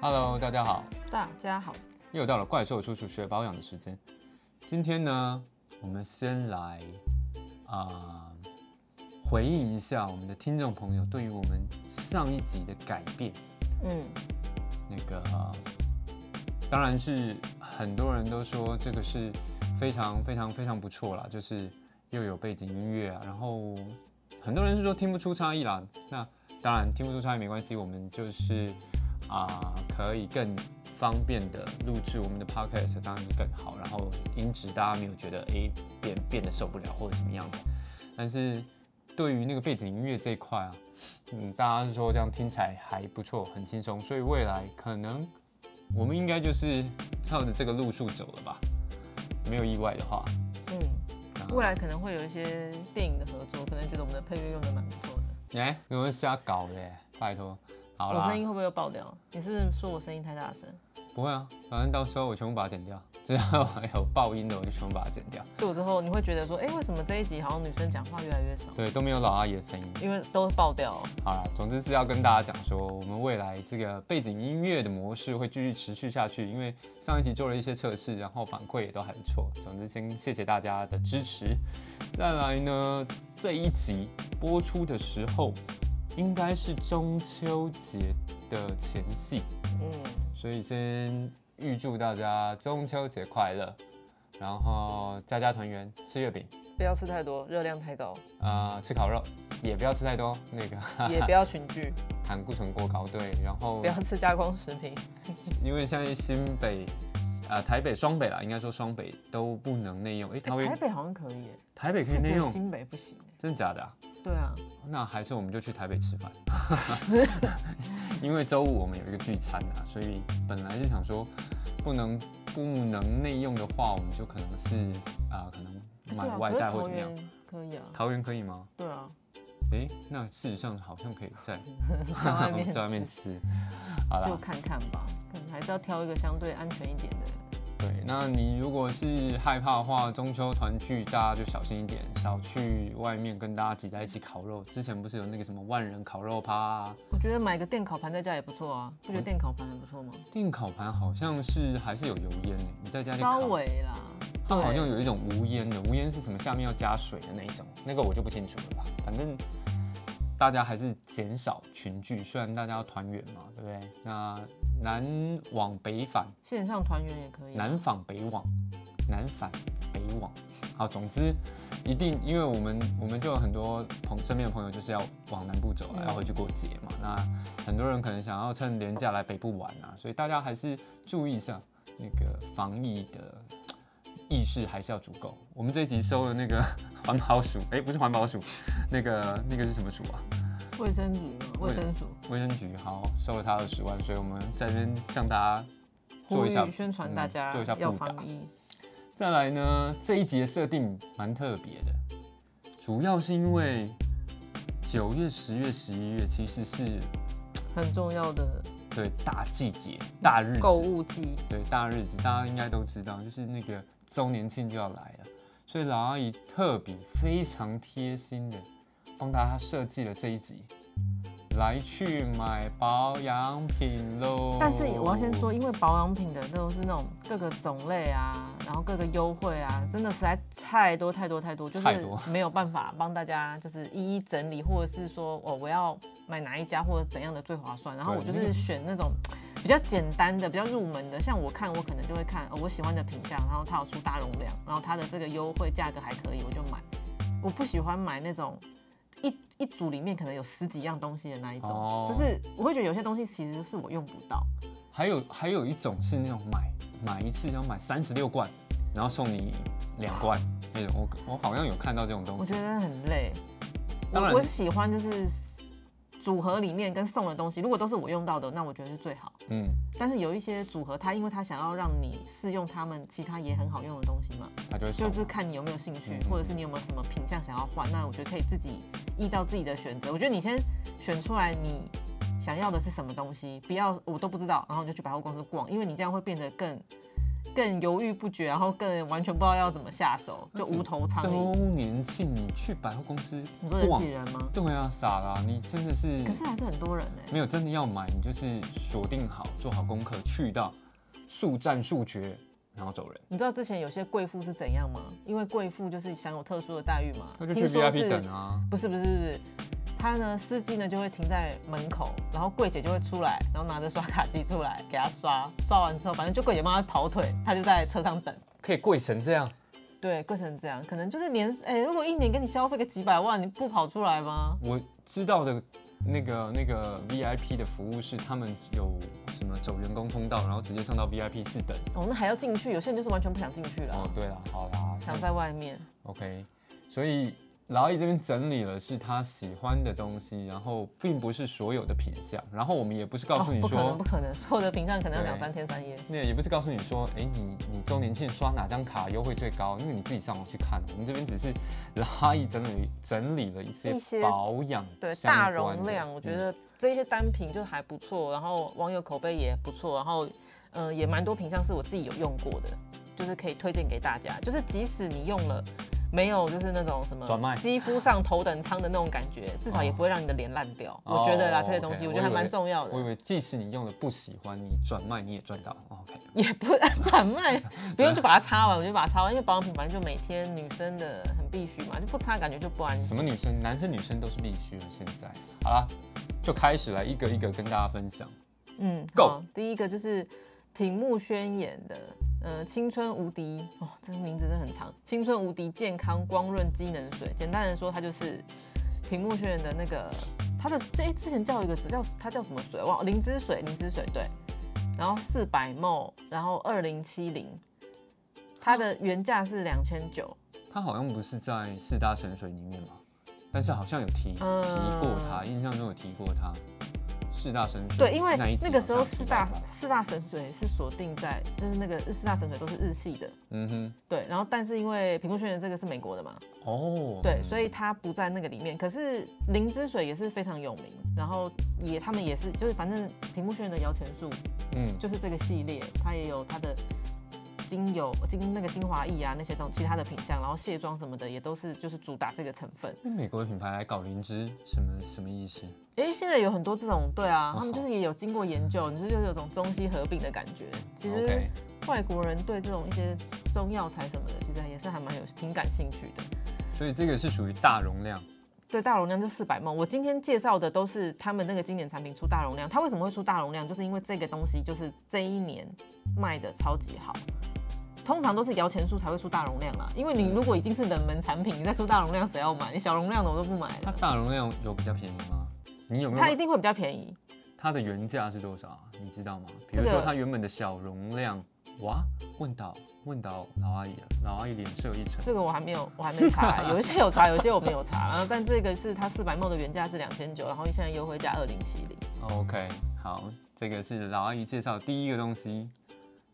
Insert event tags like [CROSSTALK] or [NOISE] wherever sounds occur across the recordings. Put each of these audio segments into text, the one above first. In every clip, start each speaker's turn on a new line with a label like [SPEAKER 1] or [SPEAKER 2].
[SPEAKER 1] Hello，大家好，
[SPEAKER 2] 大家好，
[SPEAKER 1] 又到了怪兽叔叔学保养的时间。今天呢，我们先来啊、回忆一下我们的听众朋友对于我们上一集的改变。
[SPEAKER 2] 嗯，
[SPEAKER 1] 那个、呃当然是很多人都说这个是非常非常非常不错啦，就是又有背景音乐啊，然后很多人是说听不出差异啦。那当然听不出差异没关系，我们就是啊、可以更方便的录制我们的 podcast，当然是更好。然后音质大家没有觉得诶变变得受不了或者怎么样的，但是对于那个背景音乐这一块啊，嗯，大家是说这样听起来还不错，很轻松，所以未来可能我们应该就是照着这个路数走了吧，没有意外的话。啊
[SPEAKER 2] 嗯，未来可能会有一些电影的合作，可能觉得我们的配乐用的蛮不错的。
[SPEAKER 1] 哎、有人瞎搞的耶，拜托。好
[SPEAKER 2] 我
[SPEAKER 1] 啦
[SPEAKER 2] 声，音会不会又爆掉？你是不是说我声音太大声？
[SPEAKER 1] 不会啊，反正到时候我全部把它剪掉，只要有爆音的我就全部把它剪掉。
[SPEAKER 2] 做之后你会觉得说，哎、为什么这一集好像女生讲话越来越少？
[SPEAKER 1] 对，都没有老阿姨的声音。
[SPEAKER 2] 因为都爆掉了。
[SPEAKER 1] 好啦，总之是要跟大家讲说，我们未来这个背景音乐的模式会继续持续下去，因为上一集做了一些测试，然后反馈也都还不错。总之，先谢谢大家的支持。再来呢，这一集播出的时候应该是中秋节的前夕，
[SPEAKER 2] 嗯，
[SPEAKER 1] 所以先预祝大家中秋节快乐，然后家家团圆，吃月饼，
[SPEAKER 2] 不要吃太多，热量太 [LAUGHS] 高，
[SPEAKER 1] 啊、吃烤肉，也不要吃太多，那个 [LAUGHS]
[SPEAKER 2] 也不要群聚，
[SPEAKER 1] 胆固醇过高，对，然后
[SPEAKER 2] 不要吃加工食品。
[SPEAKER 1] 因为现在新北、啊、台北、双北啦，应该说双北都不能内用。诶，桃
[SPEAKER 2] 诶台
[SPEAKER 1] 园、
[SPEAKER 2] 北好像可以耶，
[SPEAKER 1] 台北可以
[SPEAKER 2] 是只
[SPEAKER 1] 内
[SPEAKER 2] 有
[SPEAKER 1] 用，
[SPEAKER 2] 新北不行耶。
[SPEAKER 1] 真的假的啊？
[SPEAKER 2] 对啊，
[SPEAKER 1] 那还是我们就去台北吃饭，
[SPEAKER 2] [LAUGHS]
[SPEAKER 1] 因为周五我们有一个聚餐啊，所以本来是想说不能不能内用的话，我们就可能是啊、可能
[SPEAKER 2] 对
[SPEAKER 1] 买
[SPEAKER 2] 啊
[SPEAKER 1] 外
[SPEAKER 2] 可是
[SPEAKER 1] 带或
[SPEAKER 2] 桃
[SPEAKER 1] 怎么样。
[SPEAKER 2] 园可以啊，
[SPEAKER 1] 桃园可以吗？
[SPEAKER 2] 对啊，
[SPEAKER 1] 诶，那事实上好像可以在
[SPEAKER 2] [LAUGHS] 在外
[SPEAKER 1] [LAUGHS]
[SPEAKER 2] 面
[SPEAKER 1] 在外面吃。好啦
[SPEAKER 2] 就，看看吧，可能还是要挑一个相对安全一点的。
[SPEAKER 1] 对，那你如果是害怕的话，中秋团聚大家就小心一点，少去外面跟大家挤在一起烤肉。之前不是有那个什么万人烤肉趴、啊，
[SPEAKER 2] 我觉得买个电烤盘在家也不错啊，不觉得电烤盘很不错吗？
[SPEAKER 1] 电烤盘好像是还是有油烟呢、你在家里
[SPEAKER 2] 稍
[SPEAKER 1] 烤，
[SPEAKER 2] 微啦，
[SPEAKER 1] 它好
[SPEAKER 2] 对
[SPEAKER 1] 像有一种无烟的，无烟是什么？下面要加水的那一种，那个我就不清楚了吧。反正大家还是减少群聚，虽然大家要团圆嘛，对不对？那南往北返，
[SPEAKER 2] 线上团圆也可以啊。
[SPEAKER 1] 南访北往，南返北往。好，总之一定，因为我们我们就有很多朋身边的朋友就是要往南部走啊，
[SPEAKER 2] 嗯
[SPEAKER 1] 要回去过节嘛。那很多人可能想要趁年假来北部玩啊，所以大家还是注意一下那个防疫的意识还是要足够。我们这一集收的那个 [LAUGHS] 环保署，哎、不是环保署，那个那个是什么署啊？
[SPEAKER 2] 卫生局嘛，卫生署
[SPEAKER 1] 卫生局，好，收了他二十万，所以我们在这边向大家
[SPEAKER 2] 呼
[SPEAKER 1] 做一下
[SPEAKER 2] 吁宣传大
[SPEAKER 1] 嗯
[SPEAKER 2] 家
[SPEAKER 1] 做一下
[SPEAKER 2] 要
[SPEAKER 1] 布达
[SPEAKER 2] 防疫。
[SPEAKER 1] 再来呢，这一集的设定蛮特别的，主要是因为九月、十月、十一月其实是
[SPEAKER 2] 很重要的
[SPEAKER 1] 对大季节、大日
[SPEAKER 2] 购
[SPEAKER 1] 子，
[SPEAKER 2] 物季，
[SPEAKER 1] 对大日子，大家应该都知道，就是那个周年庆就要来了，所以老阿姨特别非常贴心的帮大家设计了这一集，来去买保养品喽。
[SPEAKER 2] 但是我要先说，因为保养品的都是那种各个种类啊，然后各个优惠啊，真的实在太多太多太多，就
[SPEAKER 1] 太
[SPEAKER 2] 是
[SPEAKER 1] 多
[SPEAKER 2] 没有办法帮大家就是一一整理，或者是说哦我要买哪一家或者怎样的最划算，然后
[SPEAKER 1] 对
[SPEAKER 2] 我就
[SPEAKER 1] 那个
[SPEAKER 2] 是选那种。比较简单的、比较入门的，像我看，我可能就会看、哦、我喜欢的品相，然后它有出大容量，然后它的这个优惠价格还可以，我就买。我不喜欢买那种一一组里面可能有十几样东西的那一种，
[SPEAKER 1] 哦
[SPEAKER 2] 就是我会觉得有些东西其实是我用不到，
[SPEAKER 1] 还有还有一种是那种买买一次，然后买三十六罐，然后送你两罐那种。我我好像有看到这种东
[SPEAKER 2] 我
[SPEAKER 1] 西
[SPEAKER 2] 觉。得很累。
[SPEAKER 1] 哦当然
[SPEAKER 2] 我我喜欢就是组合里面跟送的东西，如果都是我用到的，那我觉得是最好。
[SPEAKER 1] 嗯，
[SPEAKER 2] 但是有一些组合，它因为它想要让你试用他们其他也很好用的东西嘛，
[SPEAKER 1] 他就会送
[SPEAKER 2] 就
[SPEAKER 1] 嘛。
[SPEAKER 2] 是看你有没有兴趣
[SPEAKER 1] 嗯嗯，
[SPEAKER 2] 或者是你有没有什么品相想要换。那我觉得可以自己依照自己的选择。我觉得你先选出来你想要的是什么东西，不要我都不知道，然后你就去百货公司逛，因为你这样会变得更更犹豫不决，然后更完全不知道要怎么下手，
[SPEAKER 1] 嗯
[SPEAKER 2] 就无头苍
[SPEAKER 1] 周
[SPEAKER 2] 蝇。
[SPEAKER 1] 年庆，你去百货公司
[SPEAKER 2] 你说人挤人吗？
[SPEAKER 1] 对啊，傻啦，你真的是
[SPEAKER 2] 可是还是很多人欸呢、
[SPEAKER 1] 没有真的要买，你就是锁定好，做好功课，去到速战速决，然后走人。
[SPEAKER 2] 你知道之前有些贵妇是怎样吗？因为贵妇就是享有特殊的待遇嘛，
[SPEAKER 1] 那就去
[SPEAKER 2] 听说
[SPEAKER 1] VIP
[SPEAKER 2] 是
[SPEAKER 1] 等啊。
[SPEAKER 2] 不是不是不是，他呢司机呢就会停在门口，然后柜姐就会出来，然后拿着刷卡机出来给他刷，刷完之后反正就柜姐帮他跑腿，他就在车上等。
[SPEAKER 1] 可以贵成这样，
[SPEAKER 2] 对，贵成这样，可能就是年哎、如果一年给你消费个几百万，你不跑出来吗？
[SPEAKER 1] 我知道的那个那个 VIP 的服务是他们有什么走员工通道，然后直接上到 VIP 室等。
[SPEAKER 2] 哦，那还要进去，有些人就是完全不想进去了，
[SPEAKER 1] 哦，对了，好啦，
[SPEAKER 2] 想在外面。
[SPEAKER 1] OK，所以老易这边整理了是他喜欢的东西，然后并不是所有的品相，然后我们也不是告诉你
[SPEAKER 2] 哦不可
[SPEAKER 1] 说，
[SPEAKER 2] 能不可能，错的屏障可能要两
[SPEAKER 1] 对
[SPEAKER 2] 三天三夜。
[SPEAKER 1] 那也不是告诉你说，哎，你你周年庆刷哪张卡优惠最高，因为你自己上网去看。我们这边只是拉一整理整理了一
[SPEAKER 2] 一
[SPEAKER 1] 些
[SPEAKER 2] 些
[SPEAKER 1] 保养
[SPEAKER 2] 对，
[SPEAKER 1] 相
[SPEAKER 2] 大
[SPEAKER 1] 关的
[SPEAKER 2] 容量，我觉、
[SPEAKER 1] 嗯
[SPEAKER 2] 得这些单品就还不错，然后网友口碑也不错，然后嗯、呃也蛮多品相是我自己有用过的，就是可以推荐给大家。就是即使你用了。没有，就是那种什么
[SPEAKER 1] 转卖
[SPEAKER 2] 肌肤上头等舱的那种感觉，至少也不会让你的脸烂掉。我觉得啦，
[SPEAKER 1] 哦
[SPEAKER 2] 这些东西
[SPEAKER 1] OK，
[SPEAKER 2] 我觉得还
[SPEAKER 1] 以为
[SPEAKER 2] 蛮重要的
[SPEAKER 1] 我以，为即使你用了不喜欢，你转卖你也赚到。OK，哦
[SPEAKER 2] 也不转卖，不用就把它擦完，我就把它擦完，因为保养品反正就每天女生的很必须嘛，就不擦感觉就不安
[SPEAKER 1] 什
[SPEAKER 2] 心。
[SPEAKER 1] 么女生，男生女生都是必须的。现在好啦，就开始来一个一个跟大家分享。
[SPEAKER 2] 嗯
[SPEAKER 1] Go
[SPEAKER 2] 好第一个就是屏幕宣言的，呃，青春无敌哦，这个名字真的很长，青春无敌健康光润机能水。简单的说，它就是屏幕宣言的那个，它的这之前叫一个词叫它叫什么水，忘了灵芝水，灵芝水对。然后四百 ml，然后二零七零，它的原价是两千九，
[SPEAKER 1] 他好像不是在四大神水里面吧？但是好像有提提
[SPEAKER 2] 嗯
[SPEAKER 1] 过他，印象中有提过他。四大神水
[SPEAKER 2] 对，因为
[SPEAKER 1] 嗯那一集
[SPEAKER 2] 那个时候
[SPEAKER 1] 好像有
[SPEAKER 2] 四
[SPEAKER 1] 提到
[SPEAKER 2] 大
[SPEAKER 1] 他
[SPEAKER 2] 四大神水是锁定在，就是那个日四大神水都是日系的，
[SPEAKER 1] 嗯哼，
[SPEAKER 2] 对，然后但是因为屏幕宣言这个是美国的嘛，
[SPEAKER 1] 哦，
[SPEAKER 2] 对，所以它不在那个里面。可是灵芝水也是非常有名，然后也他们也是就是反正屏幕宣言的摇钱树
[SPEAKER 1] 嗯，
[SPEAKER 2] 就是这个系列，它也有它的精油精那个精华液啊那些东其他的品相，然后卸妆什么的也都是就是主打这个成分。
[SPEAKER 1] 那美国的品牌来搞灵芝，什么什么意思？
[SPEAKER 2] 诶，现在有很多这种对啊
[SPEAKER 1] 哦，
[SPEAKER 2] 他们就是也有经过研究，你就是有种中西合并的感觉。其实
[SPEAKER 1] OK
[SPEAKER 2] 外国人对这种一些中药材什么的，其实也是还蛮有挺感兴趣的。
[SPEAKER 1] 所以这个是属于大容量，
[SPEAKER 2] 对，大容量就四百梦。我今天介绍的都是他们那个经典产品出大容量，它为什么会出大容量？就是因为这个东西就是这一年卖的超级好。通常都是摇钱树才会出大容量啦，因为你如果已经是冷门产品，你再出大容量谁要买？你小容量的我都不买
[SPEAKER 1] 它
[SPEAKER 2] 了，
[SPEAKER 1] 大容量有比较便宜吗？你有没
[SPEAKER 2] 它一
[SPEAKER 1] 有？
[SPEAKER 2] 定会比较便宜。
[SPEAKER 1] 它的原价是多少啊？你知道吗？比
[SPEAKER 2] 这
[SPEAKER 1] 如
[SPEAKER 2] 个
[SPEAKER 1] 说它原本的小容量，哇，问到问到老阿姨了，老阿姨脸色一沉。
[SPEAKER 2] 这个我还没有，我还没查、啊有一些有查，有一些我没有查。然后但这个是它四百梦的原价是两千九，然后现在优惠价二零七零。
[SPEAKER 1] OK，好，这个是老阿姨介绍第一个东西，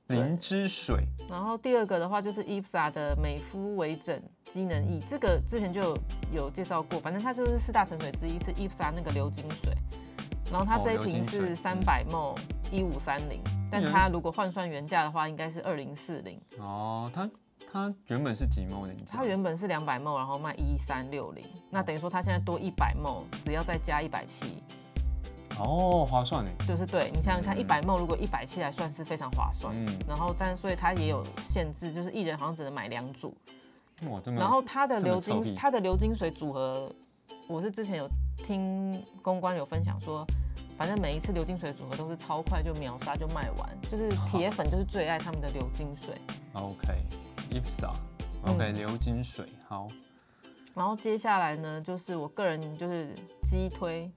[SPEAKER 2] 对
[SPEAKER 1] 灵芝水。
[SPEAKER 2] 然后第二个的话就是 IPSA 的美肤微整机能液，这个之前就有有介绍过，反正它就是四大神水之一，是 IPSA 那个流金水。然后它这一
[SPEAKER 1] 哦
[SPEAKER 2] 瓶是
[SPEAKER 1] 流金水
[SPEAKER 2] 三百 ml 一五三零，但它如果换算原价的话，应该是二零四零。
[SPEAKER 1] 哦，它它原本是几毛的？你知道吗
[SPEAKER 2] 它原本是两百 ml，然后卖一三六零，那等于说它现在多一百 ml，只要再加一百七，
[SPEAKER 1] 哦，划算呢。
[SPEAKER 2] 就是对你想想看，
[SPEAKER 1] 嗯
[SPEAKER 2] 一百 ml 如果一百七来算是非常划算。
[SPEAKER 1] 嗯，
[SPEAKER 2] 然后但所以它也有限制，就是一人好像只能买两组。
[SPEAKER 1] 哇，这么。
[SPEAKER 2] 然后它的
[SPEAKER 1] 这么
[SPEAKER 2] 流
[SPEAKER 1] 嗯臭屁
[SPEAKER 2] 金，它的流金水组合，我是之前有听公关有分享说，反正每一次流金水组合都是超快就秒杀就卖完，就是铁粉就是最爱他们的流金水。
[SPEAKER 1] OK，IPSA。OK，流
[SPEAKER 2] 嗯
[SPEAKER 1] 金水好，
[SPEAKER 2] 然后接下来呢，就是我个人就是激推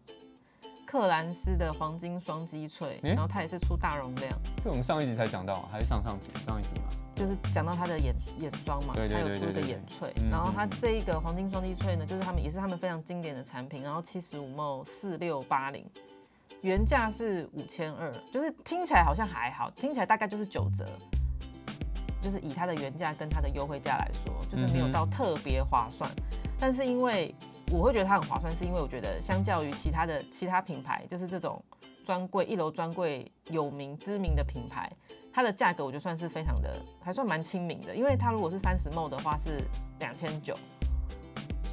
[SPEAKER 2] 克兰斯的黄金双击萃，
[SPEAKER 1] 诶
[SPEAKER 2] 然后它也是出大容量，
[SPEAKER 1] 这我们上一集才讲到，啊还是上上集？上一集嘛。
[SPEAKER 2] 就是讲到它的眼眼霜嘛，
[SPEAKER 1] 对对
[SPEAKER 2] 它有
[SPEAKER 1] 对
[SPEAKER 2] 出
[SPEAKER 1] 对
[SPEAKER 2] 一个
[SPEAKER 1] 对
[SPEAKER 2] 眼萃
[SPEAKER 1] 嗯，
[SPEAKER 2] 然后
[SPEAKER 1] 嗯
[SPEAKER 2] 它
[SPEAKER 1] 嗯
[SPEAKER 2] 这一个黄金双击萃呢，就是他们也是他们非常经典的产品，然后七十五 ml 四六八零，原价是五千二，就是听起来好像还好，听起来大概就是九折，就是以它的原价跟它的优惠价来说，就是没有
[SPEAKER 1] 嗯哼
[SPEAKER 2] 到特别划算，但是因为我会觉得它很划算，是因为我觉得相较于其他的其他品牌，就是这种专柜一楼专柜有名知名的品牌，它的价格我就算是非常的，还算蛮亲民的，因为它如果是三十 ml 的话是两千九，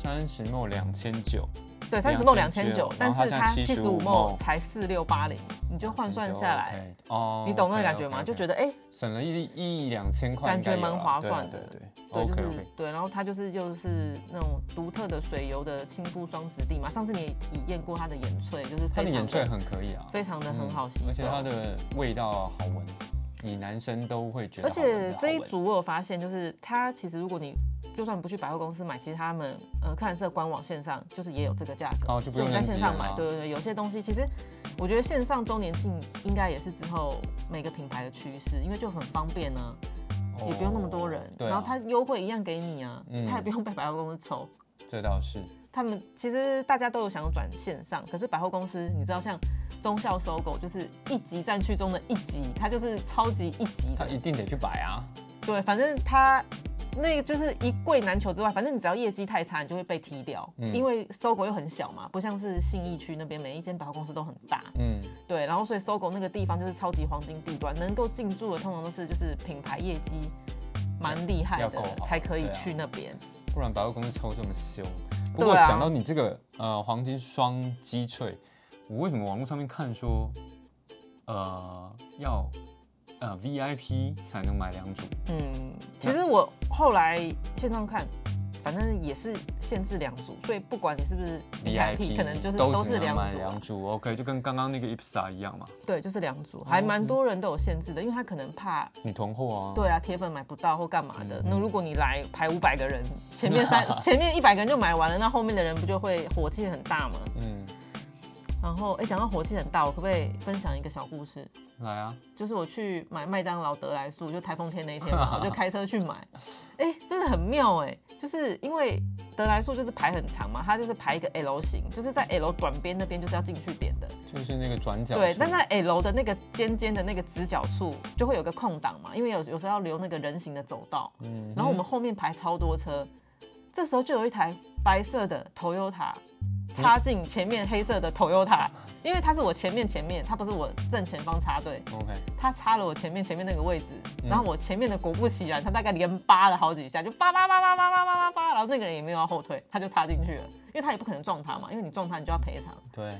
[SPEAKER 1] 三十 ml 两千九，
[SPEAKER 2] 对，三十 ml 两
[SPEAKER 1] 2900
[SPEAKER 2] 千九，但
[SPEAKER 1] 然后它
[SPEAKER 2] 是
[SPEAKER 1] 现在
[SPEAKER 2] 它七十
[SPEAKER 1] 75
[SPEAKER 2] 五
[SPEAKER 1] ml
[SPEAKER 2] ml 才四六八零，你就换算下来，
[SPEAKER 1] 2900，哦，
[SPEAKER 2] 你懂那个感觉吗？就觉
[SPEAKER 1] 得
[SPEAKER 2] 得哎、
[SPEAKER 1] 省了一一两千块，
[SPEAKER 2] 感
[SPEAKER 1] 应该
[SPEAKER 2] 觉
[SPEAKER 1] 有啦
[SPEAKER 2] 蛮划算
[SPEAKER 1] 对啊
[SPEAKER 2] 的
[SPEAKER 1] 对对
[SPEAKER 2] 对，就是
[SPEAKER 1] ，OK OK，
[SPEAKER 2] 对，然后它就是就是那种独特的水油的亲肤双质地嘛。上次你也体验过它的眼萃，就是
[SPEAKER 1] 它
[SPEAKER 2] 非
[SPEAKER 1] 的眼
[SPEAKER 2] 常的
[SPEAKER 1] 萃很可以啊，
[SPEAKER 2] 非常的很好吸收，
[SPEAKER 1] 而且它的味道好闻，你男生都会觉得
[SPEAKER 2] 而
[SPEAKER 1] 好闻
[SPEAKER 2] 且
[SPEAKER 1] 的好
[SPEAKER 2] 这
[SPEAKER 1] 闻。
[SPEAKER 2] 一组我有发现，就是它其实如果你就算不去百货公司买，其实他们呃克兰斯的官网线上就是也有这个价格，
[SPEAKER 1] 哦就不
[SPEAKER 2] 所以
[SPEAKER 1] 用
[SPEAKER 2] 你在
[SPEAKER 1] 人
[SPEAKER 2] 线
[SPEAKER 1] 挤
[SPEAKER 2] 上
[SPEAKER 1] 了
[SPEAKER 2] 买
[SPEAKER 1] 吗，
[SPEAKER 2] 对对对，有些东西其实我觉得线上周年庆应该也是之后每个品牌的趋势，因为就很方便啊呢、
[SPEAKER 1] 哦
[SPEAKER 2] 也不用那么多人，
[SPEAKER 1] 对啊、
[SPEAKER 2] 然后它优惠一样给你啊，
[SPEAKER 1] 嗯
[SPEAKER 2] 它也不用被百货公司抽。
[SPEAKER 1] 这倒是
[SPEAKER 2] 他们其实大家都有想要转线上，可是百货公司你知道，像中校收购就是一级战区中的一级，它就是超级一级
[SPEAKER 1] 他
[SPEAKER 2] 的。
[SPEAKER 1] 一定得去摆啊，
[SPEAKER 2] 对，反正它那个就是一柜难求之外，反正你只要业绩太差，你就会被踢掉，
[SPEAKER 1] 嗯
[SPEAKER 2] 因为搜狗又很小嘛，不像是信义区那边每一间百货公司都很大。
[SPEAKER 1] 嗯，
[SPEAKER 2] 对，然后所以搜狗那个地方就是超级黄金地段，能够进驻的通常都是就是品牌业绩蛮厉害
[SPEAKER 1] 要
[SPEAKER 2] 的
[SPEAKER 1] 够好
[SPEAKER 2] 才可以
[SPEAKER 1] 对啊
[SPEAKER 2] 去那边。
[SPEAKER 1] 不然百货公司抽这么凶。不过
[SPEAKER 2] 对啊
[SPEAKER 1] 讲到你这个呃黄金双击萃，我为什么网络上面看说，呃要呃 VIP 才能买两组？
[SPEAKER 2] 嗯，其实我后来线上看，反正也是限制两组，所以不管你是不是
[SPEAKER 1] VIP
[SPEAKER 2] 可能就是
[SPEAKER 1] 都
[SPEAKER 2] 都
[SPEAKER 1] 只
[SPEAKER 2] 是
[SPEAKER 1] 能
[SPEAKER 2] 两
[SPEAKER 1] 买
[SPEAKER 2] 组啊
[SPEAKER 1] 两，组，OK，就跟刚刚那个 IPSA 一样嘛，
[SPEAKER 2] 对，就是两
[SPEAKER 1] 哦
[SPEAKER 2] 组，还
[SPEAKER 1] 嗯
[SPEAKER 2] 蛮多人都有限制的，因为他可能怕。
[SPEAKER 1] 女囤货啊，
[SPEAKER 2] 对啊，铁粉买不到或干嘛的
[SPEAKER 1] 嗯。
[SPEAKER 2] 那如果你来排五百个人，
[SPEAKER 1] [LAUGHS]
[SPEAKER 2] 前面三前面一百个人就买完了，那后面的人不就会火气很大吗？
[SPEAKER 1] 嗯，
[SPEAKER 2] 然后，哎，讲到火气很大，我可不可以分享一个小故事？
[SPEAKER 1] 来啊，
[SPEAKER 2] 就是我去买麦当劳得来速，就台风天那一天嘛，我 [LAUGHS] 就开车去买。哎、真的很妙哎、就是因为得来速就是排很长嘛，它就是排一个 L 型，就是在 L 短边那边就是要进去点的。
[SPEAKER 1] 就是那个转角处，
[SPEAKER 2] 对，但在 L 的那个尖尖的那个直角处就会有个空档嘛，因为有有时候要留那个人行的走道。
[SPEAKER 1] 嗯
[SPEAKER 2] 然后我们后面排超多车，这时候就有一台白色的 Toyota
[SPEAKER 1] 哦
[SPEAKER 2] 插进前面黑色的 Toyota，因为它是我前面前面，它不是我正前方插队。
[SPEAKER 1] 嗯 OK，
[SPEAKER 2] 他插了我前面前面那个位置，
[SPEAKER 1] 嗯
[SPEAKER 2] 然后我前面的果不其然，他大概连扒了好几下，就扒扒扒扒扒扒扒扒扒，然后那个人也没有要后退，他就插进去了，因为他也不可能撞他嘛，因为你撞他你就要赔偿。
[SPEAKER 1] 对，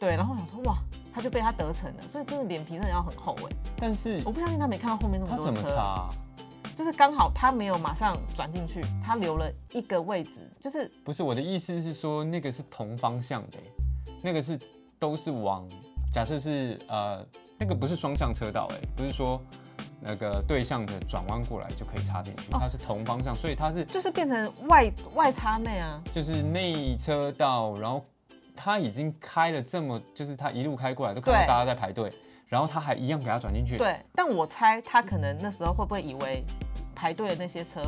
[SPEAKER 2] 对，然后我想说哇，他就被他得逞了，所以真的脸皮真的要很厚哎、
[SPEAKER 1] 但是
[SPEAKER 2] 我不相信他没看到后面那
[SPEAKER 1] 他
[SPEAKER 2] 么
[SPEAKER 1] 怎
[SPEAKER 2] 多
[SPEAKER 1] 么
[SPEAKER 2] 车，
[SPEAKER 1] 查啊？
[SPEAKER 2] 就是刚好他没有马上转进去，他留了一个位置，就是
[SPEAKER 1] 不是我的意思是说，那个是同方向的欸，那个是都是往，假设是呃，那个不是双向车道，哎，不是说那个对向的转弯过来就可以插进去，
[SPEAKER 2] 哦
[SPEAKER 1] 它是同方向，所以它是
[SPEAKER 2] 就是变成外外插内啊，
[SPEAKER 1] 就是内车道，然后它已经开了这么，就是它一路开过来都看到
[SPEAKER 2] 对
[SPEAKER 1] 大家在排队，然后它还一样给它转进去，，
[SPEAKER 2] 对，但我猜他可能那时候会不会以为排队的那些车，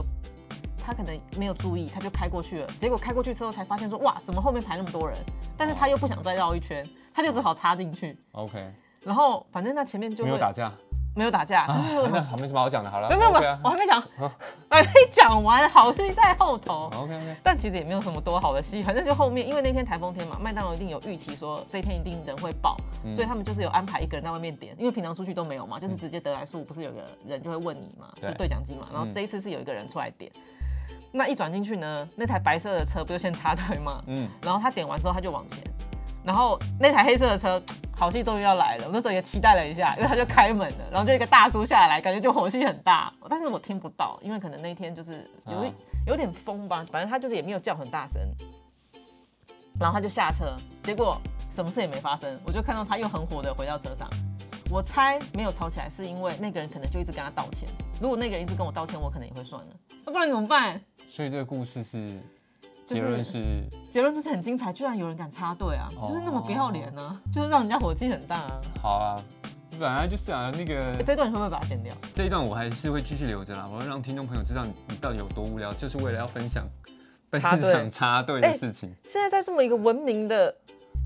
[SPEAKER 2] 他可能没有注意，他就开过去了。结果开过去之后才发现说，哇，怎么后面排那么多人？但是他又不想再绕一圈，他就只好插进去。
[SPEAKER 1] ，OK，
[SPEAKER 2] 然后反正那前面就
[SPEAKER 1] 没
[SPEAKER 2] 会
[SPEAKER 1] 有打架，
[SPEAKER 2] 没有打架，
[SPEAKER 1] 那 [LAUGHS] 好没什么好讲的，好了，
[SPEAKER 2] 没有没有没
[SPEAKER 1] OK
[SPEAKER 2] 有
[SPEAKER 1] 啊，
[SPEAKER 2] [LAUGHS] 我还没讲
[SPEAKER 1] 好，
[SPEAKER 2] 还没讲完，好戏在后头。
[SPEAKER 1] ，OK OK，
[SPEAKER 2] 但其实也没有什么多好的戏，反正就后面，因为那天台风天嘛，麦当劳一定有预期说这一天一定人会爆，
[SPEAKER 1] 嗯
[SPEAKER 2] 所以他们就是有安排一个人在外面点，因为平常出去都没有嘛，就是直接得来速，不是有个人就会问你嘛，
[SPEAKER 1] 对
[SPEAKER 2] 就对讲机嘛，然后
[SPEAKER 1] 嗯
[SPEAKER 2] 这一次是有一个人出来点，那一转进去呢，那台白色的车不就先插队嘛，
[SPEAKER 1] 嗯，
[SPEAKER 2] 然后他点完之后他就往前，然后那台黑色的车。好戏终于要来了，我那时候也期待了一下，因为他就开门了，然后就一个大叔下来，感觉就火气很大，但是我听不到，因为可能那一天就是有一、
[SPEAKER 1] 啊
[SPEAKER 2] 有点风吧，反正他就是也没有叫很大声，然后他就下车，结果什么事也没发生，我就看到他又很火的回到车上。我猜没有吵起来，是因为那个人可能就一直跟他道歉。如果那个人一直跟我道歉，我可能也会算了。那不然怎么办？
[SPEAKER 1] 所以这个故事是
[SPEAKER 2] 就是
[SPEAKER 1] 结论是。
[SPEAKER 2] 结论就是很精彩，居然有人敢插队啊，
[SPEAKER 1] 哦
[SPEAKER 2] 就是那么不要脸啊，就是让人家火气很大啊。
[SPEAKER 1] 好啊，本来就是啊，那
[SPEAKER 2] 欸
[SPEAKER 1] 个
[SPEAKER 2] 这段你会不会把它剪掉？
[SPEAKER 1] 这一段我还是会继续留着啦，我要让听众朋友知道你你到底有多无聊，就是为了要分享分
[SPEAKER 2] 插队
[SPEAKER 1] 享插队的事情，
[SPEAKER 2] 现在在这么一个文明的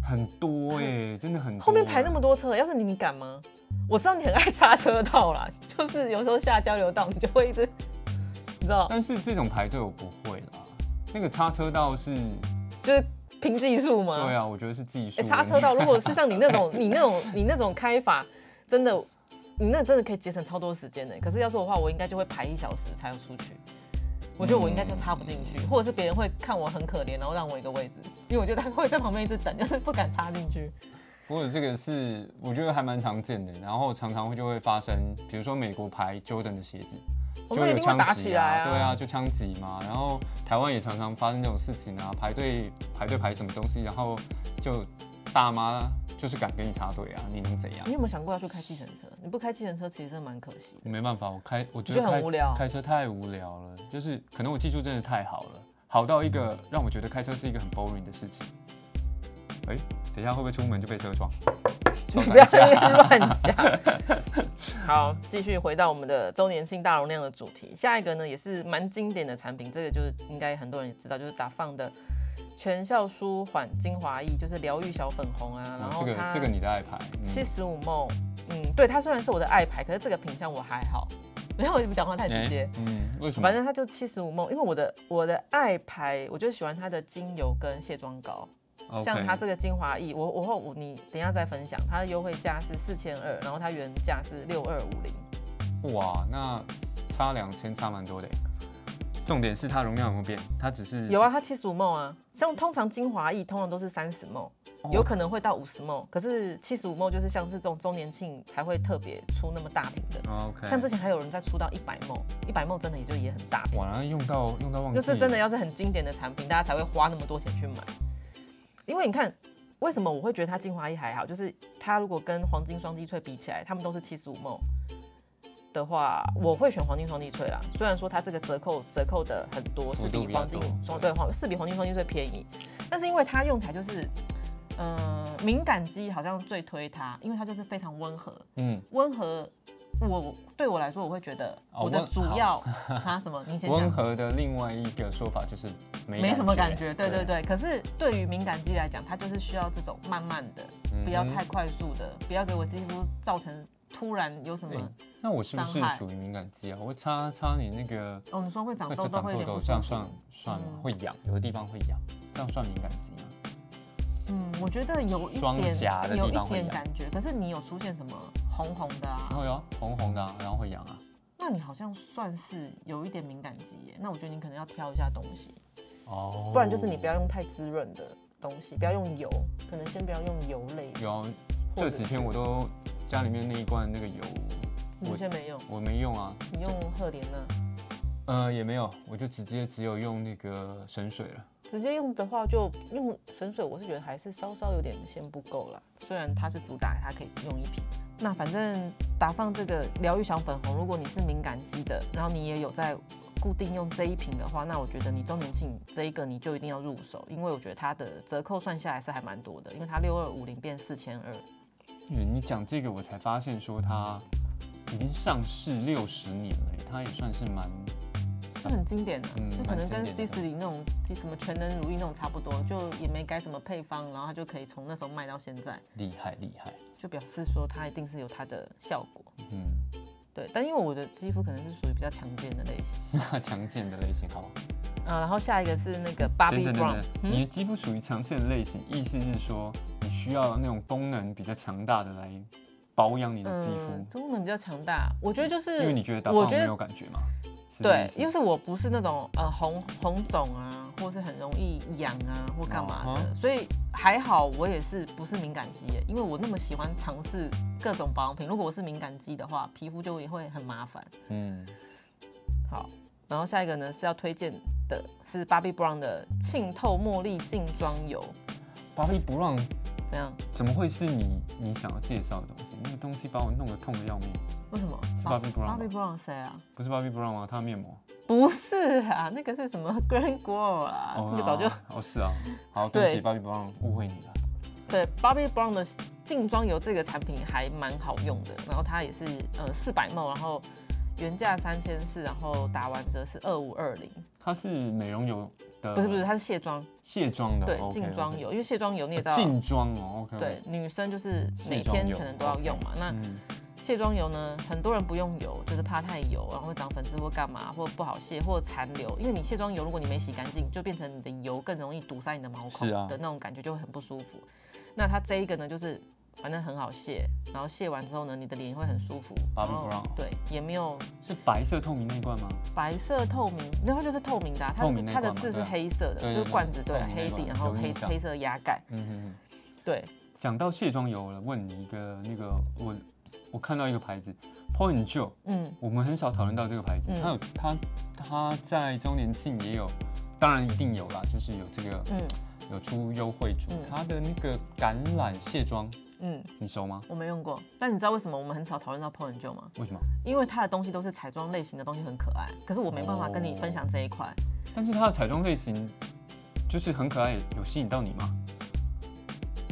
[SPEAKER 1] 很多哎、真的很多。
[SPEAKER 2] 后面排那么，多车，要是你，你敢吗？我知道你很爱插车道啦， [LAUGHS] 就是有时候下交流道你就会一直，你知道，
[SPEAKER 1] 但是这种排队我不会啦。那个插车道是，
[SPEAKER 2] 嗯就是拼技术嘛。
[SPEAKER 1] 对啊，我觉得是技术
[SPEAKER 2] 欸
[SPEAKER 1] 问题。
[SPEAKER 2] [LAUGHS] 插车道如果是像你那种、你那种、你那种开法，真的，你那真的可以节省超多时间的。可是要是我的话，我应该就会排一小时才要出去。我觉得我应该
[SPEAKER 1] 嗯
[SPEAKER 2] 就插不进去，或者是别人会看我很可怜，然后让我一个位置，因为我觉得他会在旁边一直等，就是不敢插进去。
[SPEAKER 1] 不过这个是我觉得还蛮常见的，然后常常会就会发生，比如说美国牌 Jordan 的鞋子，
[SPEAKER 2] 我
[SPEAKER 1] 就
[SPEAKER 2] 们一
[SPEAKER 1] 有
[SPEAKER 2] 定会
[SPEAKER 1] 枪
[SPEAKER 2] 打起
[SPEAKER 1] 击
[SPEAKER 2] 来啊！
[SPEAKER 1] 对啊，，就枪击嘛。然后台湾也常常发生这种事情啊，排队排队排什么东西，然后就大妈就是敢跟你插队啊，你能怎样
[SPEAKER 2] 你？有没有想过要去开计程车？你不开计程车，其实真的蛮可惜的。
[SPEAKER 1] 没办法，我开我觉
[SPEAKER 2] 你
[SPEAKER 1] 得
[SPEAKER 2] 觉得
[SPEAKER 1] 开
[SPEAKER 2] 很无聊
[SPEAKER 1] 开车太无聊了，就是可能我技术真的太好了，好到一个让我觉得开车是一个很 boring 的事情。哎，等一下会不会出门就被车撞？
[SPEAKER 2] 你不要在那边乱讲。 [LAUGHS] 好，继续回到我们的周年庆大容量的主题。下一个呢，也是蛮经典的产品，这个就是应该很多人也知道，就是打放的全效舒缓精华液，就是疗愈小粉红啊。然
[SPEAKER 1] 啊，
[SPEAKER 2] 后
[SPEAKER 1] 这个
[SPEAKER 2] 它
[SPEAKER 1] 这个你的爱牌，
[SPEAKER 2] 七
[SPEAKER 1] 嗯、
[SPEAKER 2] 十五梦，嗯，对，它虽然是我的爱牌，可是这个品相我还好。没有，我讲话太直接。
[SPEAKER 1] 嗯，为什么
[SPEAKER 2] 反？正它就七十五梦，因为我的我的爱牌，我就喜欢它的精油跟卸妆膏。像它这个精华液，我我后我你等一下再分享，它的优惠价是四千二，然后它原价是六二五零。
[SPEAKER 1] 个哇，那差两千差蛮多的耶。重点是它容量有没有变？它只是
[SPEAKER 2] 有啊，它七十五 ml 啊，像通常精华液通常都是三十 ml，
[SPEAKER 1] 哦
[SPEAKER 2] 有可能会到五十 ml，可是七十五 ml 就是像是这种周年庆才会特别出那么大瓶的，
[SPEAKER 1] 哦，OK，
[SPEAKER 2] 像之前还有人在出到一百 ml，一百 ml 真的也就也很大瓶，
[SPEAKER 1] 哇，然后用到用到忘记
[SPEAKER 2] 就
[SPEAKER 1] 了，
[SPEAKER 2] 是真的要是很经典的产品，大家才会花那么多钱去买。因为你看，为什么我会觉得它精华液还好？就是它如果跟黄金双击萃比起来，它们都是七十五 ml 的话，我会选黄金双击萃啦。虽然说它这个折扣折扣的很多，
[SPEAKER 1] 幅
[SPEAKER 2] 是
[SPEAKER 1] 度
[SPEAKER 2] 比
[SPEAKER 1] 比较
[SPEAKER 2] 黄金
[SPEAKER 1] 多
[SPEAKER 2] 双对黄是比黄金双击萃便宜，但是因为它用起来就是，呃，敏感肌好像最推它，因为它就是非常温和，
[SPEAKER 1] 嗯，
[SPEAKER 2] 温和。我对我来说，我会觉得
[SPEAKER 1] 哦
[SPEAKER 2] 我的
[SPEAKER 1] 温
[SPEAKER 2] 主
[SPEAKER 1] 好 [LAUGHS]
[SPEAKER 2] 要它什么？你先
[SPEAKER 1] 温
[SPEAKER 2] 讲。
[SPEAKER 1] 和的另外一个说法就是没
[SPEAKER 2] 没什么感觉，对对，对。可是对于敏感肌来讲，它就是需要这种慢慢的，
[SPEAKER 1] 嗯
[SPEAKER 2] 不要太快速的，不要给我肌肤造成突然有什么
[SPEAKER 1] 哎那我是不是
[SPEAKER 2] 伤害
[SPEAKER 1] 属于敏感肌啊？我擦擦你那个
[SPEAKER 2] 哦，你说会长
[SPEAKER 1] 会
[SPEAKER 2] 痘
[SPEAKER 1] 长
[SPEAKER 2] 痘会有
[SPEAKER 1] 痘痘，
[SPEAKER 2] 点不
[SPEAKER 1] 这样
[SPEAKER 2] 舒服
[SPEAKER 1] 算算吗？
[SPEAKER 2] 嗯
[SPEAKER 1] 会痒，有的地方会痒，这样算敏感肌吗？
[SPEAKER 2] 嗯，我觉得有一
[SPEAKER 1] 双颊的
[SPEAKER 2] 点有
[SPEAKER 1] 地
[SPEAKER 2] 一
[SPEAKER 1] 方会
[SPEAKER 2] 点
[SPEAKER 1] 痒
[SPEAKER 2] 感觉，可是你有出现什么红红的
[SPEAKER 1] 然
[SPEAKER 2] 啊？
[SPEAKER 1] 后有红红的啊，然后会痒啊。
[SPEAKER 2] 那你好像算是有一点敏感肌耶。那我觉得你可能要挑一下东西，
[SPEAKER 1] 哦，
[SPEAKER 2] 不然就是你不要用太滋润的东西，不要用油，可能先不要用油类。
[SPEAKER 1] 有啊
[SPEAKER 2] 或
[SPEAKER 1] 这
[SPEAKER 2] 者
[SPEAKER 1] 几天我都家里面那一罐那个油，
[SPEAKER 2] 你
[SPEAKER 1] 我
[SPEAKER 2] 先没用，
[SPEAKER 1] 我没用啊，
[SPEAKER 2] 你用赫莲呢？
[SPEAKER 1] 呃也没有，我就直接只有用那个神水了。
[SPEAKER 2] 直接用的话，就用神水，我是觉得还是稍稍有点先不够啦。虽然它是主打，它可以用一瓶。那反正打放这个疗愈小粉红，如果你是敏感肌的，然后你也有在固定用这一瓶的话，那我觉得你周年庆这一个你就一定要入手，因为我觉得它的折扣算下来是还蛮多的，因为它六二五零变四千二，
[SPEAKER 1] 嗯你讲这个我才发现说它已经上市六十年了，它也算是蛮
[SPEAKER 2] 就很经典的、啊，
[SPEAKER 1] 嗯
[SPEAKER 2] 就可能
[SPEAKER 1] 蛮
[SPEAKER 2] 跟
[SPEAKER 1] 经典的
[SPEAKER 2] C 十里那种什么全能如意那种差不多，就也没改什么配方，然后它就可以从那时候卖到现在，
[SPEAKER 1] 厉害厉害。
[SPEAKER 2] 就表示说它一定是有它的效果。
[SPEAKER 1] 嗯， [LAUGHS]
[SPEAKER 2] 对，但因为我的肌肤可能是属于比较强健的类型。
[SPEAKER 1] 那强健的类型好。
[SPEAKER 2] 啊，然后下一个是那个
[SPEAKER 1] 等
[SPEAKER 2] Bobbi
[SPEAKER 1] 等等
[SPEAKER 2] Brown，
[SPEAKER 1] 等，你的肌肤属于强健的类型，意思是说你需要那种功能比较强大的来保养你的肌肤，
[SPEAKER 2] 嗯，功能比较强大。我觉得就是
[SPEAKER 1] 因为你觉得打
[SPEAKER 2] 我
[SPEAKER 1] 放
[SPEAKER 2] 觉
[SPEAKER 1] 没
[SPEAKER 2] 得
[SPEAKER 1] 有感觉吗？是这个
[SPEAKER 2] 嗯对
[SPEAKER 1] 意，思
[SPEAKER 2] 因为是我不是那种呃红红肿啊，或是很容易痒啊，或干嘛
[SPEAKER 1] 哦
[SPEAKER 2] 的，所以还好我也是不是敏感肌耶，因为我那么喜欢尝试各种保养品，如果我是敏感肌的话，皮肤就也会很麻烦。
[SPEAKER 1] 嗯，
[SPEAKER 2] 好，然后下一个呢是要推荐的是 Bobbi Brown 的沁透茉莉净妆油，
[SPEAKER 1] 芭比不让
[SPEAKER 2] 怎样？
[SPEAKER 1] 怎么会是你你想要介绍的东西？那个东西把我弄得痛得要命。
[SPEAKER 2] 为什么？
[SPEAKER 1] 是 Bobbi Brown 吗
[SPEAKER 2] Bobbi Brown 谁啊？
[SPEAKER 1] 不是 Bobbi Brown 吗？他的面膜
[SPEAKER 2] 不是啊，那个是什么 Grand Girl 啊？那个早就
[SPEAKER 1] [LAUGHS] 哦是啊，
[SPEAKER 2] [LAUGHS]
[SPEAKER 1] 好，对不起
[SPEAKER 2] 对
[SPEAKER 1] ，Bobbi Brown 误会你了。
[SPEAKER 2] 对 Bobbi Brown 的净妆油这个产品还蛮好用的，然后它也是呃四百 ml，然后原价三千四，然后打完折是二五二零，
[SPEAKER 1] 它是美容油的，
[SPEAKER 2] 不是不是，它是卸妆，
[SPEAKER 1] 卸妆的，
[SPEAKER 2] 对
[SPEAKER 1] 哦 OK，OK
[SPEAKER 2] 净妆油，因为卸妆油你也知
[SPEAKER 1] 哦
[SPEAKER 2] 道，
[SPEAKER 1] 净妆哦，OK，
[SPEAKER 2] 对，女生就是每
[SPEAKER 1] 卸妆油
[SPEAKER 2] 天可能都要用嘛，那
[SPEAKER 1] 嗯，
[SPEAKER 2] 卸妆油呢，很多人不用油，就是怕太油，然后会长粉刺或干嘛，或不好卸或残留。因为你卸妆油，如果你没洗干净，就变成你的油更容易堵塞你的毛孔
[SPEAKER 1] 是啊
[SPEAKER 2] 的那种感觉，就会很不舒服。那它这一个呢，就是反正很好卸，然后卸完之后呢，你的脸会很舒服。
[SPEAKER 1] Bobbi
[SPEAKER 2] 然后
[SPEAKER 1] Brown
[SPEAKER 2] 对，也没有
[SPEAKER 1] 是白色透明那一罐吗？
[SPEAKER 2] 白色透明，然后就是透明的、啊，它
[SPEAKER 1] 透明
[SPEAKER 2] 是
[SPEAKER 1] 那
[SPEAKER 2] 它的
[SPEAKER 1] 罐嘛
[SPEAKER 2] 字
[SPEAKER 1] 对
[SPEAKER 2] 是
[SPEAKER 1] 啊
[SPEAKER 2] 黑色的，
[SPEAKER 1] 对对
[SPEAKER 2] 就是
[SPEAKER 1] 对
[SPEAKER 2] 罐子对
[SPEAKER 1] 透
[SPEAKER 2] 啊
[SPEAKER 1] 明那
[SPEAKER 2] 黑底，
[SPEAKER 1] 罐
[SPEAKER 2] 然后
[SPEAKER 1] 有
[SPEAKER 2] 黑
[SPEAKER 1] 印象
[SPEAKER 2] 黑色压盖，
[SPEAKER 1] 嗯哼哼。
[SPEAKER 2] 对，
[SPEAKER 1] 讲到卸妆油了，问你一个那个我我看到一个牌子 Point Joe，
[SPEAKER 2] 嗯，
[SPEAKER 1] 我们很少讨论到这个牌子，
[SPEAKER 2] 嗯
[SPEAKER 1] 它有它它在周年庆也有，当然一定有啦，就是有这个、
[SPEAKER 2] 嗯
[SPEAKER 1] 有出优惠组，
[SPEAKER 2] 嗯
[SPEAKER 1] 它的那个橄榄卸妆
[SPEAKER 2] 嗯，
[SPEAKER 1] 你熟吗？
[SPEAKER 2] 我没用过，但你知道为什么我们很少讨论到 Point Joe 吗？
[SPEAKER 1] 为什么？
[SPEAKER 2] 因为它的东西都是彩妆类型的东西很可爱，可是我没办法跟你分
[SPEAKER 1] 哦
[SPEAKER 2] 享这一块。
[SPEAKER 1] 但是它的彩妆类型就是很可爱，有吸引到你吗？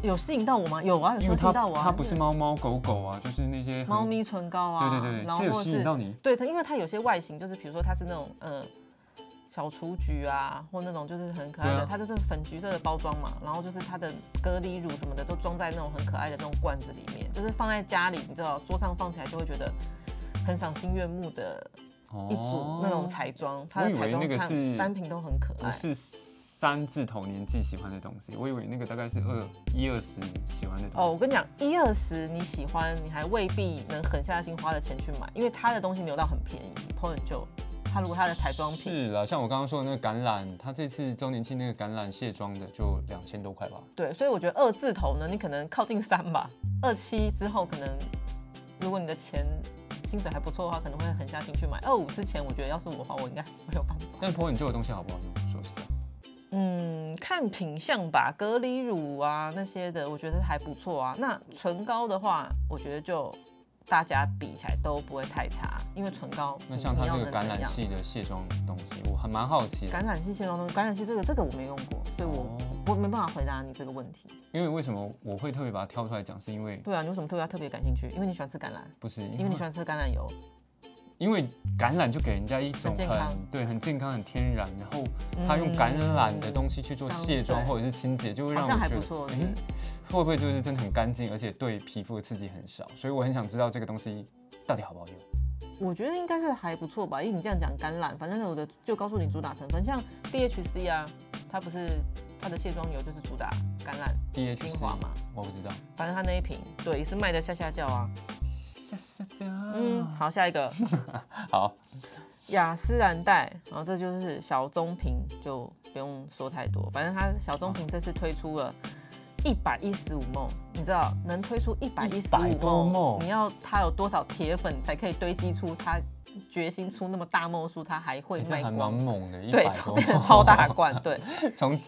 [SPEAKER 2] 有吸引到我吗？有啊，有
[SPEAKER 1] 因
[SPEAKER 2] 吸
[SPEAKER 1] 为
[SPEAKER 2] 引
[SPEAKER 1] 它
[SPEAKER 2] 到我啊。
[SPEAKER 1] 它不是
[SPEAKER 2] 就
[SPEAKER 1] 猫猫狗狗啊，就是那些很
[SPEAKER 2] 猫，咪唇膏啊，
[SPEAKER 1] 对对对，
[SPEAKER 2] 然后
[SPEAKER 1] 这有
[SPEAKER 2] 或
[SPEAKER 1] 吸
[SPEAKER 2] 者
[SPEAKER 1] 引
[SPEAKER 2] 是
[SPEAKER 1] 到你。
[SPEAKER 2] 对它，因为它有些外形就是，比如说它是那种呃小雏菊啊，或那种就是很可爱
[SPEAKER 1] 对
[SPEAKER 2] 的，
[SPEAKER 1] 啊
[SPEAKER 2] 它就是粉橘色的包装嘛，然后就是它的隔离乳什么的都装在那种很可爱的那种罐子里面，就是放在家里，你知道桌上放起来就会觉得很赏心悦目的一组那种彩妆，它的
[SPEAKER 1] 哦我以为
[SPEAKER 2] 彩妆
[SPEAKER 1] 那个是
[SPEAKER 2] 产单品都很可
[SPEAKER 1] 不
[SPEAKER 2] 爱。
[SPEAKER 1] 是三字头年纪喜欢的东西，我以为那个大概是二一二十喜欢的东西。
[SPEAKER 2] 哦，我跟你讲，一二十你喜欢，你还未必能狠下心花的钱去买，因为它的东西没有到很便宜。Point 就它如果它的彩妆品，
[SPEAKER 1] 是啦，像我刚刚说的那个橄榄，它这次周年庆那个橄榄卸妆的就两千多块吧。
[SPEAKER 2] 对，所以我觉得二字头呢，你可能靠近三吧，二七之后可能，如果你的钱薪水还不错的话，可能会狠下心去买。二五之前，我觉得要是我的话，我应该没有办法。
[SPEAKER 1] 但 Point 就有东西好不好用？说实在，
[SPEAKER 2] [LAUGHS] 嗯，看品相吧，隔离乳啊那些的，我觉得还不错啊。那唇膏的话，我觉得就大家比起来都不会太差，因为唇膏
[SPEAKER 1] 那
[SPEAKER 2] 你
[SPEAKER 1] 像它
[SPEAKER 2] 你要
[SPEAKER 1] 这个
[SPEAKER 2] 能
[SPEAKER 1] 橄
[SPEAKER 2] 怎
[SPEAKER 1] 榄
[SPEAKER 2] 样
[SPEAKER 1] 系的卸妆东西，我还蛮好奇的。
[SPEAKER 2] 橄榄系卸妆东西，橄榄系这个这个我没用过，所以我、
[SPEAKER 1] 哦
[SPEAKER 2] 我没办法回答你这个问题。
[SPEAKER 1] 因为为什么我会特别把它挑出来讲，是因为
[SPEAKER 2] 对啊，你为什么对它特别感兴趣？因为你喜欢吃橄榄，
[SPEAKER 1] 不是
[SPEAKER 2] 因为你喜欢吃橄榄油。
[SPEAKER 1] 因为橄榄就给人家一种
[SPEAKER 2] 很健
[SPEAKER 1] 很
[SPEAKER 2] 康
[SPEAKER 1] 对很健康很天然，然后它用橄榄的东西去做卸妆
[SPEAKER 2] 嗯
[SPEAKER 1] 或者是清洁，就会让
[SPEAKER 2] 好
[SPEAKER 1] 我
[SPEAKER 2] 像还
[SPEAKER 1] 觉
[SPEAKER 2] 不
[SPEAKER 1] 得
[SPEAKER 2] 错
[SPEAKER 1] 诶会不会就是真的很干净，而且对皮肤的刺激很少？所以我很想知道这个东西到底好不好用。
[SPEAKER 2] 我觉得应该是还不错吧，因为你这样讲橄榄，反正我的就告诉你主打成分，像 DHC 啊，它不是它的卸妆油就是主打橄榄，
[SPEAKER 1] DHC
[SPEAKER 2] 精华嘛，
[SPEAKER 1] 我不知道。
[SPEAKER 2] 反正它那一瓶对也是卖的下下叫啊。
[SPEAKER 1] 下下家，
[SPEAKER 2] 嗯，
[SPEAKER 1] 啊
[SPEAKER 2] 好，下一个
[SPEAKER 1] 好，
[SPEAKER 2] 雅诗兰黛，然后这就是小棕瓶，就不用说太多，反正它小棕瓶这次推出了。一百一十五梦，你知道能推出一百一十
[SPEAKER 1] 100多
[SPEAKER 2] 五梦，
[SPEAKER 1] 梦
[SPEAKER 2] 你要它有多少铁粉才可以堆积出它决心出那么大梦数，它还会
[SPEAKER 1] 你哎这
[SPEAKER 2] 卖
[SPEAKER 1] 还蛮
[SPEAKER 2] 光？
[SPEAKER 1] 猛的，一
[SPEAKER 2] 对
[SPEAKER 1] 百，
[SPEAKER 2] 超
[SPEAKER 1] 多
[SPEAKER 2] 变成
[SPEAKER 1] 梦
[SPEAKER 2] 超大，罐，对，
[SPEAKER 1] 从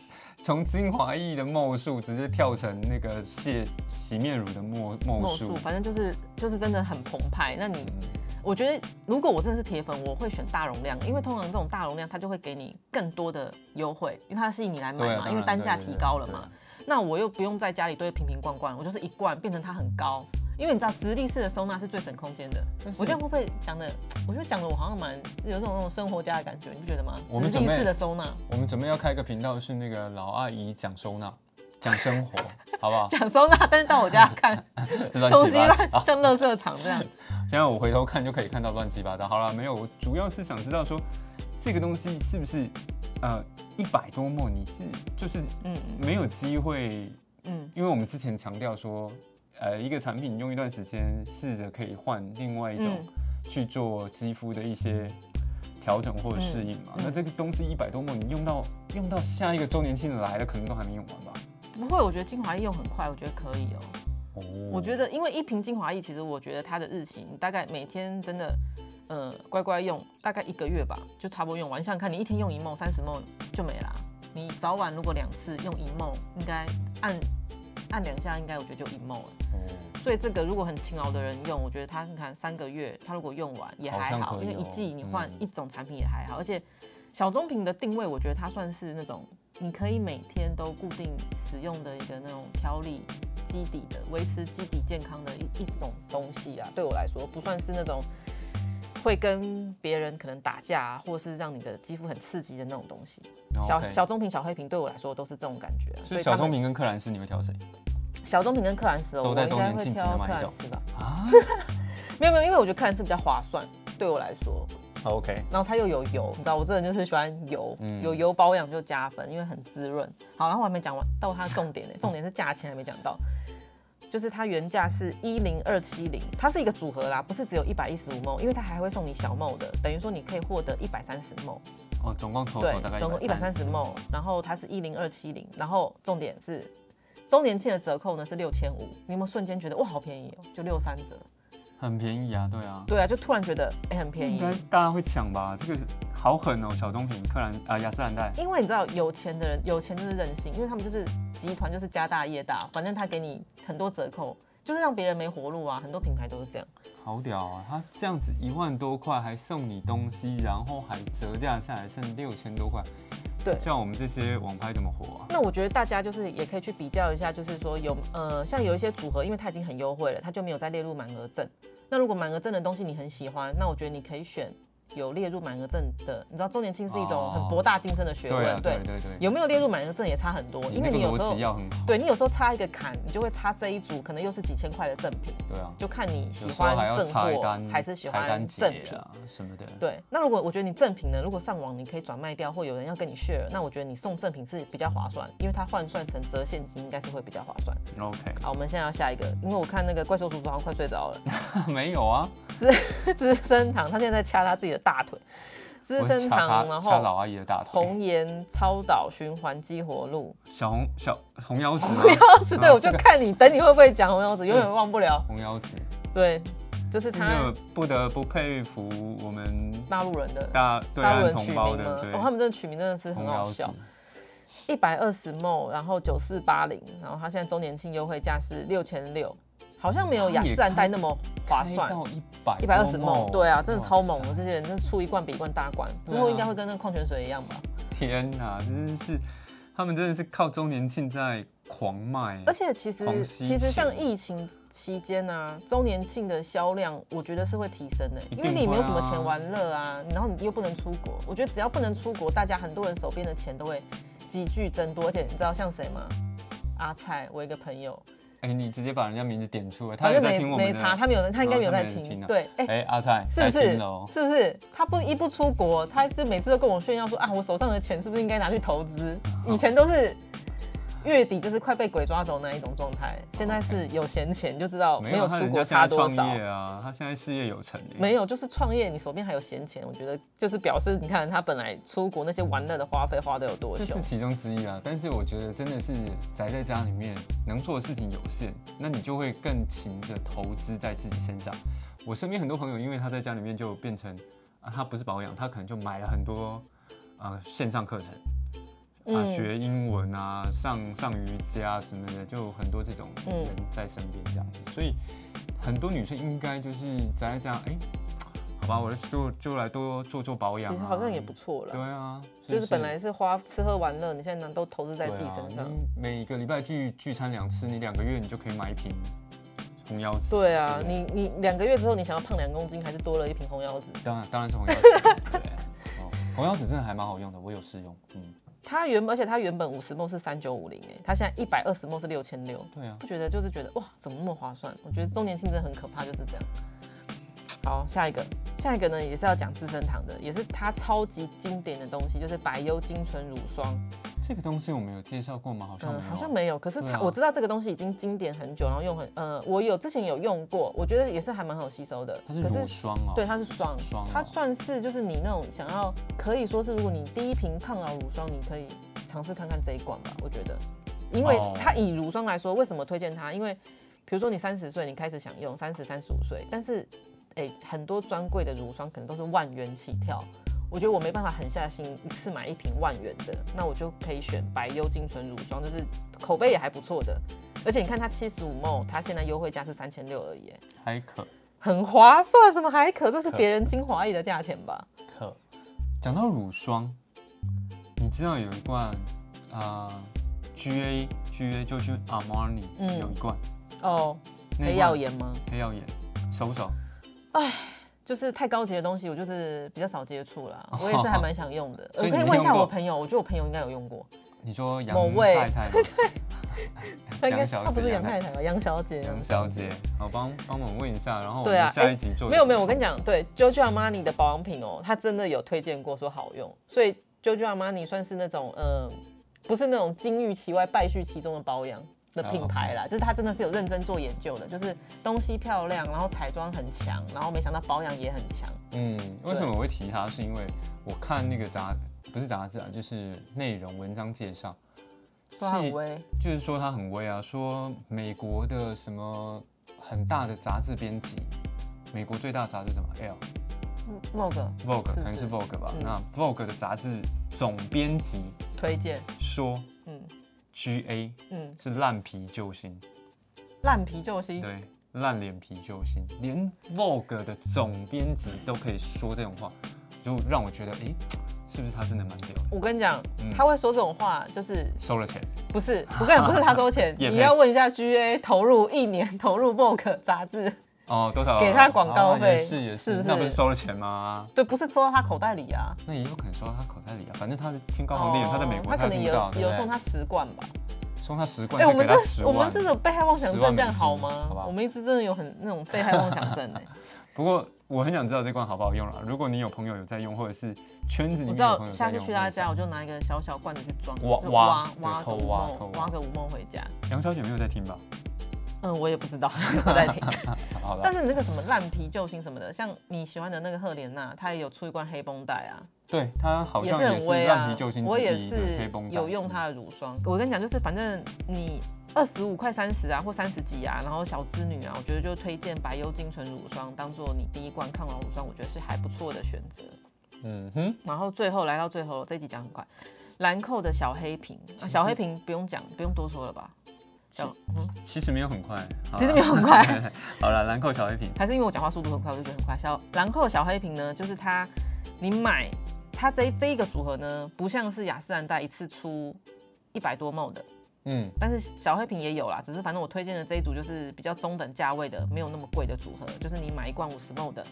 [SPEAKER 1] 从精华液的墨数直接跳成那个卸洗面乳的墨墨
[SPEAKER 2] 墨
[SPEAKER 1] 数
[SPEAKER 2] 数，，反正就是就是真的很澎湃。那你
[SPEAKER 1] 嗯，
[SPEAKER 2] 我觉得，如果我真的是铁粉，我会选大容量，因为通常这种大容量它就会给你更多的优惠，因为它吸引你来
[SPEAKER 1] 对
[SPEAKER 2] 买
[SPEAKER 1] 啊，
[SPEAKER 2] 嘛，因为
[SPEAKER 1] 当然
[SPEAKER 2] 单价
[SPEAKER 1] 对对
[SPEAKER 2] 提
[SPEAKER 1] 对
[SPEAKER 2] 高了
[SPEAKER 1] 对
[SPEAKER 2] 嘛。那我又不用在家里堆瓶瓶罐罐，我就是一罐变成它很高，因为你知道直立式的收纳是最省空间的。
[SPEAKER 1] 但是
[SPEAKER 2] 我这样会不会讲的？我觉得讲的我好像蛮有这种那种生活家的感觉，你不觉得吗？
[SPEAKER 1] 我们
[SPEAKER 2] 直
[SPEAKER 1] 准
[SPEAKER 2] 立
[SPEAKER 1] 备
[SPEAKER 2] 式的收纳，
[SPEAKER 1] 我们准备要开一个频道，是那个老阿姨讲收纳、讲生活，好不好？
[SPEAKER 2] 讲收纳，但是到
[SPEAKER 1] [LAUGHS]
[SPEAKER 2] 我家看
[SPEAKER 1] 乱
[SPEAKER 2] 东
[SPEAKER 1] 七
[SPEAKER 2] 西
[SPEAKER 1] 八
[SPEAKER 2] 乱
[SPEAKER 1] 糟。
[SPEAKER 2] 像垃圾场这样。
[SPEAKER 1] 现在我回头看就可以看到乱七八糟。好了，没有，我主要是想知道说，这个东西是不是呃一百多墨你是就是
[SPEAKER 2] 嗯
[SPEAKER 1] 没有机会，
[SPEAKER 2] 嗯。
[SPEAKER 1] 因为我们之前强调说，呃，一个产品用一段时间，试着可以换另外一种
[SPEAKER 2] 嗯
[SPEAKER 1] 去做肌肤的一些。调整或者适应嘛，
[SPEAKER 2] 嗯嗯
[SPEAKER 1] 那这个东西一百多墨，你用到用到下一个周年庆来了，可能都还没用完吧？
[SPEAKER 2] 不会，我觉得精华液用很快，我觉得可以哦。
[SPEAKER 1] 哦，
[SPEAKER 2] 我觉得，因为一瓶精华液，其实我觉得它的日期，你大概每天真的，呃，乖乖用，大概一个月吧，就差不多用完。你想想看，你一天用一梦，三十梦就没啦。你早晚如果两次用一梦，应该按按两下，应该我觉得就一梦了。
[SPEAKER 1] 哦
[SPEAKER 2] 所以这个如果很勤劳的人用，我觉得他你看三个月，他如果用完也还
[SPEAKER 1] 好
[SPEAKER 2] 好，
[SPEAKER 1] 像可以
[SPEAKER 2] 因为一
[SPEAKER 1] 哦
[SPEAKER 2] 季你换
[SPEAKER 1] 嗯
[SPEAKER 2] 一种产品也还好，而且小棕瓶的定位，我觉得它算是那种你可以每天都固定使用的一个那种调理基底的、维持基底健康的一一种东西啊。对我来说，不算是那种会跟别人可能打架啊，或是让你的肌肤很刺激的那种东西。小
[SPEAKER 1] 哦 OK
[SPEAKER 2] 小棕瓶、小黑瓶对我来说都是这种感觉、啊。
[SPEAKER 1] 所以
[SPEAKER 2] 他
[SPEAKER 1] 小
[SPEAKER 2] 们
[SPEAKER 1] 聪、明跟克兰斯，你会挑谁
[SPEAKER 2] 小棕瓶跟克兰斯哦，
[SPEAKER 1] 都
[SPEAKER 2] 我
[SPEAKER 1] 在
[SPEAKER 2] 应
[SPEAKER 1] 周
[SPEAKER 2] 该
[SPEAKER 1] 年
[SPEAKER 2] 会
[SPEAKER 1] 庆只
[SPEAKER 2] 挑
[SPEAKER 1] 能
[SPEAKER 2] 克
[SPEAKER 1] 买一
[SPEAKER 2] 兰
[SPEAKER 1] 种
[SPEAKER 2] 斯吧。
[SPEAKER 1] [LAUGHS] 啊
[SPEAKER 2] 没有没有，因为我觉得看是比较划算，对我来说。
[SPEAKER 1] ？OK，
[SPEAKER 2] 然后它又有油，你知道我这人就是喜欢油，
[SPEAKER 1] 嗯
[SPEAKER 2] 有油保养就加分，因为很滋润。好，然后我还没讲完，到它的重点呢、重点是价钱还没讲到。就是它原价是一零二七零，它是一个组合啦，不是只有一百一十五 ml，因为它还会送你小 ml 的，等于说你可以获得一百三十 ml，
[SPEAKER 1] 哦，总共 total 大概
[SPEAKER 2] 对，总共一百三十 ml，然后它是一零二七零，然后重点是周年庆的折扣呢是六千五，你有没有瞬间觉得哇好便宜哦，就六三折？
[SPEAKER 1] 很便宜啊，对啊，
[SPEAKER 2] 对啊，就突然觉得哎、很便
[SPEAKER 1] 应
[SPEAKER 2] 宜，
[SPEAKER 1] 该大家会抢吧？这个好狠哦，小棕瓶、克兰啊、雅诗兰黛，
[SPEAKER 2] 因为你知道有钱的人有钱就是任性，因为他们就是集团就是家大业大，反正他给你很多折扣，就是让别人没活路啊，很多品牌都是这样。
[SPEAKER 1] 好屌啊！他这样子一万多块还送你东西，然后还折价下来剩六千多块，
[SPEAKER 2] 对
[SPEAKER 1] 像我们这些网拍怎么活啊？
[SPEAKER 2] 那我觉得大家就是也可以去比较一下，就是说有呃，像有一些组合，因为它已经很优惠了，它就没有再列入满额赠。那如果满额赠的东西你很喜欢，那我觉得你可以选有列入满额赠的。你知道周年庆是一种很博大精深的学问，
[SPEAKER 1] 哦对啊，对对对，
[SPEAKER 2] 有没有列入满额赠也差很多，
[SPEAKER 1] 你
[SPEAKER 2] 因
[SPEAKER 1] 那
[SPEAKER 2] 为
[SPEAKER 1] 个
[SPEAKER 2] 你有时
[SPEAKER 1] 逻
[SPEAKER 2] 候
[SPEAKER 1] 辑要很好，
[SPEAKER 2] 对你有时候差一个坎，你就会差这一组，可能又是几千块的赠品。
[SPEAKER 1] 对啊，
[SPEAKER 2] 就看你喜
[SPEAKER 1] 有时候
[SPEAKER 2] 欢
[SPEAKER 1] 还要
[SPEAKER 2] 正
[SPEAKER 1] 拆
[SPEAKER 2] 货
[SPEAKER 1] 单，
[SPEAKER 2] 还是喜
[SPEAKER 1] 拆单
[SPEAKER 2] 欢
[SPEAKER 1] 节
[SPEAKER 2] 正品。
[SPEAKER 1] 啊什么的，
[SPEAKER 2] 对，那如果我觉得你正品呢，如果上网你可以转卖掉，或有人要跟你 share，那我觉得你送正品是比较划算，因为它换算成折现金应该是会比较划算。
[SPEAKER 1] OK， [LAUGHS]
[SPEAKER 2] 好，我们现在要下一个，因为我看那个怪兽叔叔好像快睡着了，
[SPEAKER 1] 没有啊，
[SPEAKER 2] 资生堂他现在在掐他自己的大腿，资
[SPEAKER 1] 我
[SPEAKER 2] 生
[SPEAKER 1] 掐他
[SPEAKER 2] 堂，然
[SPEAKER 1] 掐老
[SPEAKER 2] 后
[SPEAKER 1] 阿姨的大腿，
[SPEAKER 2] 红颜超导循环激活
[SPEAKER 1] [LAUGHS]
[SPEAKER 2] 露，
[SPEAKER 1] 小红小红腰子吗，
[SPEAKER 2] 要是对
[SPEAKER 1] 啊 [LAUGHS]
[SPEAKER 2] 我就
[SPEAKER 1] 这个
[SPEAKER 2] 看你等你会不会讲红腰子，永远忘不了。
[SPEAKER 1] 红腰子，
[SPEAKER 2] 对，就是
[SPEAKER 1] 真
[SPEAKER 2] 他
[SPEAKER 1] 的不得不佩服我们
[SPEAKER 2] 大陆人的
[SPEAKER 1] 大对
[SPEAKER 2] 大
[SPEAKER 1] 岸
[SPEAKER 2] 陆人
[SPEAKER 1] 同
[SPEAKER 2] 取名
[SPEAKER 1] 胞
[SPEAKER 2] 吗？
[SPEAKER 1] 的，对，
[SPEAKER 2] 哦，他们这个取名真的是很
[SPEAKER 1] 红
[SPEAKER 2] 好
[SPEAKER 1] 腰子
[SPEAKER 2] 笑，一百二十 ml，然后九四八零，然后它现在周年庆优惠价是六千六，好像没有雅诗兰黛那么划
[SPEAKER 1] 开
[SPEAKER 2] 算。
[SPEAKER 1] 到一百
[SPEAKER 2] 一百二十 ml，对啊，真的超猛
[SPEAKER 1] 哇
[SPEAKER 2] 的，
[SPEAKER 1] 塞
[SPEAKER 2] 这些人真的出一罐比一罐大罐，之
[SPEAKER 1] 对
[SPEAKER 2] 后
[SPEAKER 1] 啊
[SPEAKER 2] 应该会跟那个矿泉水一样吧。
[SPEAKER 1] 天哪，真是他们真的是靠周年庆在狂卖，欸
[SPEAKER 2] 而且其实
[SPEAKER 1] 嗯狂吸
[SPEAKER 2] 其实像
[SPEAKER 1] 钱
[SPEAKER 2] 疫情期间啊，周年庆的销量我觉得是会提升的、
[SPEAKER 1] 一
[SPEAKER 2] 因
[SPEAKER 1] 定
[SPEAKER 2] 为你没有什
[SPEAKER 1] 会
[SPEAKER 2] 么
[SPEAKER 1] 啊
[SPEAKER 2] 钱玩乐啊，然后你又不能出国，我觉得只要不能出国，大家很多人手边的钱都会急剧增多，而且你知道像谁吗？阿蔡，我一个朋友，
[SPEAKER 1] 哎、你直接把人家名字点出来，他
[SPEAKER 2] 反
[SPEAKER 1] 有
[SPEAKER 2] 正
[SPEAKER 1] 在
[SPEAKER 2] 没
[SPEAKER 1] 听我
[SPEAKER 2] 没
[SPEAKER 1] 们
[SPEAKER 2] 查，
[SPEAKER 1] 的。
[SPEAKER 2] 他没有，他应该没有
[SPEAKER 1] 哦他
[SPEAKER 2] 在
[SPEAKER 1] 没有在听
[SPEAKER 2] 听。
[SPEAKER 1] 啊
[SPEAKER 2] 对，哎、
[SPEAKER 1] 哎、阿蔡
[SPEAKER 2] 是
[SPEAKER 1] 在
[SPEAKER 2] 不是
[SPEAKER 1] 听喽？
[SPEAKER 2] 是不是？他不一不出国，他就每次都跟我炫耀说啊，我手上的钱是不是应该拿去投
[SPEAKER 1] [LAUGHS]
[SPEAKER 2] 资？以前都是月底就是快被鬼抓走那一种状态，现在是有闲钱就知道没有
[SPEAKER 1] 他
[SPEAKER 2] 出
[SPEAKER 1] 人家
[SPEAKER 2] 国差
[SPEAKER 1] 现在
[SPEAKER 2] 多
[SPEAKER 1] 创
[SPEAKER 2] 少。
[SPEAKER 1] 业啊，他现在事业有成、欸。
[SPEAKER 2] 没有，就是创业，你手边还有闲钱，我觉得就是表示你看他本来出国那些玩乐的花费花的有多
[SPEAKER 1] 这
[SPEAKER 2] 凶
[SPEAKER 1] 是。其中之一啊，但是我觉得真的是宅在家里面能做的事情有限，那你就会更勤的投资在自己身上。我身边很多朋友，因为他在家里面就变成啊，他不是保养，他可能就买了很多呃线上课程啊，
[SPEAKER 2] 嗯
[SPEAKER 1] 学英文啊，上上瑜伽什么的，就很多这种
[SPEAKER 2] 嗯
[SPEAKER 1] 人在身边这样子，所以很多女生应该就是宅在家，哎、好吧，我就就来多做做保
[SPEAKER 2] 其
[SPEAKER 1] 养、
[SPEAKER 2] 实
[SPEAKER 1] 啊，
[SPEAKER 2] 好像也不错
[SPEAKER 1] 对
[SPEAKER 2] 了，
[SPEAKER 1] 啊，
[SPEAKER 2] 就是本
[SPEAKER 1] 是
[SPEAKER 2] 来是花吃喝玩乐，你现在能都投资在自
[SPEAKER 1] 对
[SPEAKER 2] 己身上
[SPEAKER 1] 啊。。你每个礼拜聚聚餐两次，你两个月你就可以买一瓶红腰子。
[SPEAKER 2] 对啊，
[SPEAKER 1] 对
[SPEAKER 2] 你你两个月之后你想要胖两公斤，还是多了一瓶红腰子？
[SPEAKER 1] 当然当然是红腰子。对，哦红腰子真的还蛮好用的，我有试用。嗯，
[SPEAKER 2] 它原而且它原本五十梦是三九五零哎，它现在一百二十梦是六千六，
[SPEAKER 1] 对啊
[SPEAKER 2] 不，觉得就是觉得哇，怎么那么划算？我觉得周年庆真的很可怕，就是这样。好，下一个，下一个呢也是要讲资生堂的，也是它超级经典的东西，就是百优精纯乳霜。
[SPEAKER 1] 这个东西我们有介绍过吗？好像没
[SPEAKER 2] 嗯，
[SPEAKER 1] 有。
[SPEAKER 2] 好像。没有，可是
[SPEAKER 1] 对
[SPEAKER 2] 它、
[SPEAKER 1] 啊
[SPEAKER 2] 我知道这个东西已经经典很久，然后用很呃，我有之前有用过，我觉得也是还蛮好吸收的。
[SPEAKER 1] 它是
[SPEAKER 2] 可
[SPEAKER 1] 乳霜哦。
[SPEAKER 2] 对，它是霜，
[SPEAKER 1] 霜
[SPEAKER 2] 它
[SPEAKER 1] 哦
[SPEAKER 2] 算是就是你那种想要，可以说是如果你第一瓶抗老乳霜，你可以尝试看看这一款吧，我觉得，因为
[SPEAKER 1] 哦
[SPEAKER 2] 它以乳霜来说，为什么推荐它？因为比如说你三十岁你开始想用，三十、三十五岁，但是哎、很多专柜的乳霜可能都是万元起跳。我觉得我没办法狠下心一次买一瓶万元的，那我就可以选百优精纯乳霜，就是口碑也还不错的。而且你看它七十五 ml，它现在优惠价是三千六而已耶，
[SPEAKER 1] 还可
[SPEAKER 2] 很划算，什么还可，这是
[SPEAKER 1] 可
[SPEAKER 2] 别人精华液的价钱吧？
[SPEAKER 1] 可。讲到乳霜，你知道有一罐啊、呃 GA GA 就是 Armani、
[SPEAKER 2] 嗯
[SPEAKER 1] 有一罐
[SPEAKER 2] 哦，
[SPEAKER 1] 那一
[SPEAKER 2] 黑
[SPEAKER 1] 罐
[SPEAKER 2] 曜岩吗？
[SPEAKER 1] 黑曜岩，手不手？
[SPEAKER 2] 就是太高级的东西，我就是比较少接触啦。我也是还蛮想用的，
[SPEAKER 1] 哦所
[SPEAKER 2] 我可
[SPEAKER 1] 以你
[SPEAKER 2] 以
[SPEAKER 1] 没
[SPEAKER 2] 问一下
[SPEAKER 1] 用过
[SPEAKER 2] 我朋友，我觉得我朋友应该有用过，
[SPEAKER 1] 你说杨
[SPEAKER 2] 某位
[SPEAKER 1] 太
[SPEAKER 2] [LAUGHS]
[SPEAKER 1] 太吗？ [LAUGHS]
[SPEAKER 2] 他应该
[SPEAKER 1] 杨小姐
[SPEAKER 2] 他不是杨
[SPEAKER 1] 杨
[SPEAKER 2] 太太吧？杨小姐，
[SPEAKER 1] 杨小姐，好帮帮我问一下，然后我
[SPEAKER 2] 对啊
[SPEAKER 1] 们下一集做、
[SPEAKER 2] 没有没有，我跟你
[SPEAKER 1] 讲，
[SPEAKER 2] 讲，对 JoJo Armani 的保养品哦，他真的有推荐过说好用，所以 JoJo Armani 算是那种呃，不是那种金玉其外败絮其中的保养，
[SPEAKER 1] 哦
[SPEAKER 2] 的品牌啦，就是他真的是有认真做研究的，就是东西漂亮，然后彩妆很强，然后没想到保养也很强。
[SPEAKER 1] 嗯，为什么我会提它？是因为我看那个杂不是杂志啊，就是内容文章介绍，
[SPEAKER 2] 说他很威，
[SPEAKER 1] 就是说它很威啊，说美国的什么很大的杂志编辑，美国最大杂志什么 L
[SPEAKER 2] 嗯某个
[SPEAKER 1] Vogue，
[SPEAKER 2] 是
[SPEAKER 1] 可能是 Vogue 吧。
[SPEAKER 2] 嗯
[SPEAKER 1] 那 Vogue 的杂志总编辑
[SPEAKER 2] 推荐，
[SPEAKER 1] 说
[SPEAKER 2] 嗯
[SPEAKER 1] GA
[SPEAKER 2] 嗯，
[SPEAKER 1] 是烂皮救星，
[SPEAKER 2] 烂皮救星，
[SPEAKER 1] 对，烂脸皮救星，连 Vogue 的总编辑都可以说这种话，就让我觉得，诶，是不是他真的蛮屌的？
[SPEAKER 2] 我跟你讲
[SPEAKER 1] 嗯，
[SPEAKER 2] 他会说这种话，就是
[SPEAKER 1] 收了钱，，
[SPEAKER 2] 不是，我跟你讲，不是他收钱
[SPEAKER 1] [LAUGHS] 也没
[SPEAKER 2] 你要问一下 GA 投入一年投入 Vogue 杂志，
[SPEAKER 1] 哦，多少
[SPEAKER 2] 给他广告费
[SPEAKER 1] 哦也是也
[SPEAKER 2] 是
[SPEAKER 1] 是，
[SPEAKER 2] 不是
[SPEAKER 1] 那不是收了钱吗？
[SPEAKER 2] 对，不是收到他口袋里啊。
[SPEAKER 1] 那也有可能收到他口袋里啊，反正他天高皇帝远，他在美国
[SPEAKER 2] 哦他可能
[SPEAKER 1] 听
[SPEAKER 2] 有
[SPEAKER 1] 到，对不
[SPEAKER 2] 有
[SPEAKER 1] 对
[SPEAKER 2] 送他十罐吧。
[SPEAKER 1] 送他十罐，
[SPEAKER 2] 哎，我
[SPEAKER 1] 就给
[SPEAKER 2] 们
[SPEAKER 1] 他十
[SPEAKER 2] 这我
[SPEAKER 1] 万。
[SPEAKER 2] 们这种被害妄想
[SPEAKER 1] 10万
[SPEAKER 2] 症这样
[SPEAKER 1] 美金好
[SPEAKER 2] 好
[SPEAKER 1] 吧
[SPEAKER 2] 吗？我们一直真的有很那种被害妄想症
[SPEAKER 1] [LAUGHS]
[SPEAKER 2] 哎。
[SPEAKER 1] 不过我很想知道这罐好不好用啦。如果你有朋友有在用，或者是圈子里面
[SPEAKER 2] 我知
[SPEAKER 1] 有朋
[SPEAKER 2] 道
[SPEAKER 1] 友
[SPEAKER 2] 下
[SPEAKER 1] 在
[SPEAKER 2] 次
[SPEAKER 1] 用，
[SPEAKER 2] 去他家，我就拿一个小小罐子去装，
[SPEAKER 1] 挖
[SPEAKER 2] 就
[SPEAKER 1] 挖
[SPEAKER 2] 挖挖
[SPEAKER 1] 对偷
[SPEAKER 2] 个五
[SPEAKER 1] 挖
[SPEAKER 2] 梦
[SPEAKER 1] 偷挖
[SPEAKER 2] 挖个五梦回
[SPEAKER 1] [LAUGHS]
[SPEAKER 2] 家。
[SPEAKER 1] 杨小姐没有在听吧？
[SPEAKER 2] 嗯，我也不知道，不在听。
[SPEAKER 1] 好了
[SPEAKER 2] 但，是你那个什么烂皮救星什么的，像你喜欢的那个赫莲娜，她也有出一罐黑绷带啊，
[SPEAKER 1] 对他好
[SPEAKER 2] 也
[SPEAKER 1] 像
[SPEAKER 2] 是
[SPEAKER 1] 也
[SPEAKER 2] 很
[SPEAKER 1] 是
[SPEAKER 2] 威
[SPEAKER 1] 烂
[SPEAKER 2] 啊
[SPEAKER 1] 皮救星。
[SPEAKER 2] 我
[SPEAKER 1] 之
[SPEAKER 2] 也
[SPEAKER 1] 一的黑
[SPEAKER 2] 是
[SPEAKER 1] 绷带，
[SPEAKER 2] 有用它的乳霜。我跟你讲，就是反正你二十五快三十啊，或三十几啊，然后小资女啊，我觉得就推荐白优精纯乳霜当做你第一罐抗老乳霜，我觉得是还不错的选择。
[SPEAKER 1] 嗯。嗯哼，
[SPEAKER 2] 然后最后来到最后了，这一集讲很快。兰蔻的小黑瓶，啊、小黑瓶不用讲，不用多说了吧？小、嗯、
[SPEAKER 1] 其实没有很快，好啦 [LAUGHS]
[SPEAKER 2] 其实没有很快。
[SPEAKER 1] 好了，兰蔻小黑瓶，
[SPEAKER 2] 还是因为我讲话速度很快，我就觉得很快。小兰蔻的小黑瓶呢，就是它，你买它这一这一个组合呢，不像是雅诗兰黛一次出一百多 ml 的，
[SPEAKER 1] 嗯，
[SPEAKER 2] 但是小黑瓶也有啦。只是反正我推荐的这一组就是比较中等价位的，没有那么贵的组合，就是你买一罐五十 ml 的。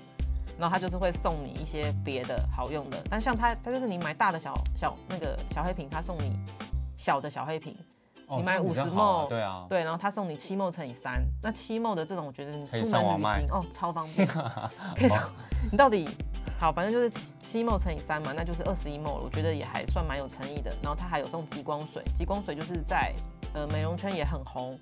[SPEAKER 2] 然后它就是会送你一些别的好用的，但像它，它就是你买大的小小那个小黑瓶，它送你小的小黑瓶，
[SPEAKER 1] 哦
[SPEAKER 2] 你买
[SPEAKER 1] 这样比较
[SPEAKER 2] 50
[SPEAKER 1] 好啊
[SPEAKER 2] 梦
[SPEAKER 1] 对啊，
[SPEAKER 2] 对，然后他送你七毛乘以三，那七毛的这种，我觉得你
[SPEAKER 1] 可以
[SPEAKER 2] 出
[SPEAKER 1] 上
[SPEAKER 2] 门
[SPEAKER 1] 网
[SPEAKER 2] 旅
[SPEAKER 1] 卖
[SPEAKER 2] 行哦，超方
[SPEAKER 1] [LAUGHS]
[SPEAKER 2] 便，可以上。你到底好，反正就是七七毛乘以三嘛，那就是二十一毛了，我觉得也还算蛮有诚意的。然后它还有送极光水，极光水就是在呃美容圈也很红，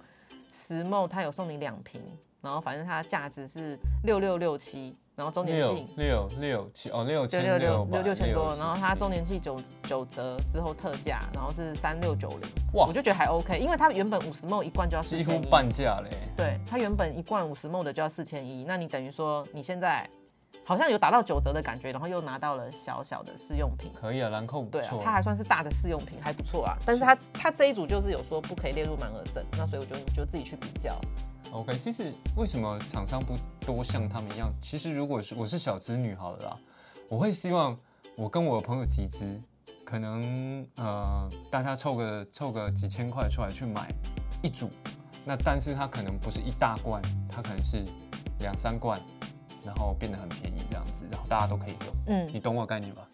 [SPEAKER 2] 十毛它有送你两瓶，然后反正它价值是六六六七，然后周年
[SPEAKER 1] 六
[SPEAKER 2] 庆。
[SPEAKER 1] 六六七哦，六
[SPEAKER 2] 对
[SPEAKER 1] 千
[SPEAKER 2] 六
[SPEAKER 1] 六
[SPEAKER 2] 六
[SPEAKER 1] 百
[SPEAKER 2] 六六千多，
[SPEAKER 1] 十
[SPEAKER 2] 然后它
[SPEAKER 1] 七
[SPEAKER 2] 周年庆九九折之后特价，然后是三六九零，
[SPEAKER 1] 哇
[SPEAKER 2] 我就觉得还 OK，因为它原本五十 ml 一罐就要四
[SPEAKER 1] 几
[SPEAKER 2] 千
[SPEAKER 1] 乎
[SPEAKER 2] 一，
[SPEAKER 1] 半价嘞，
[SPEAKER 2] 对，它原本一罐五十 ml 的就要四千一，那你等于说你现在好像有打到九折的感觉，然后又拿到了小小的试用品。
[SPEAKER 1] 可以啊，兰蔻不
[SPEAKER 2] 对啊
[SPEAKER 1] 错，，
[SPEAKER 2] 它还算是大的试用品，还不错啊。但是它它这一组就是有说不可以列入满额赠，那所以我就你就自己去比较。
[SPEAKER 1] OK，其实为什么厂商不多像他们一样？其实如果是我是小资女好了啦，我会希望我跟我的朋友集资，可能呃大家凑个凑个几千块出来去买一组，那但是它可能不是一大罐，它可能是两三罐，然后变得很便宜这样子，然后大家都可以用。
[SPEAKER 2] 嗯，
[SPEAKER 1] 你懂我概念吧？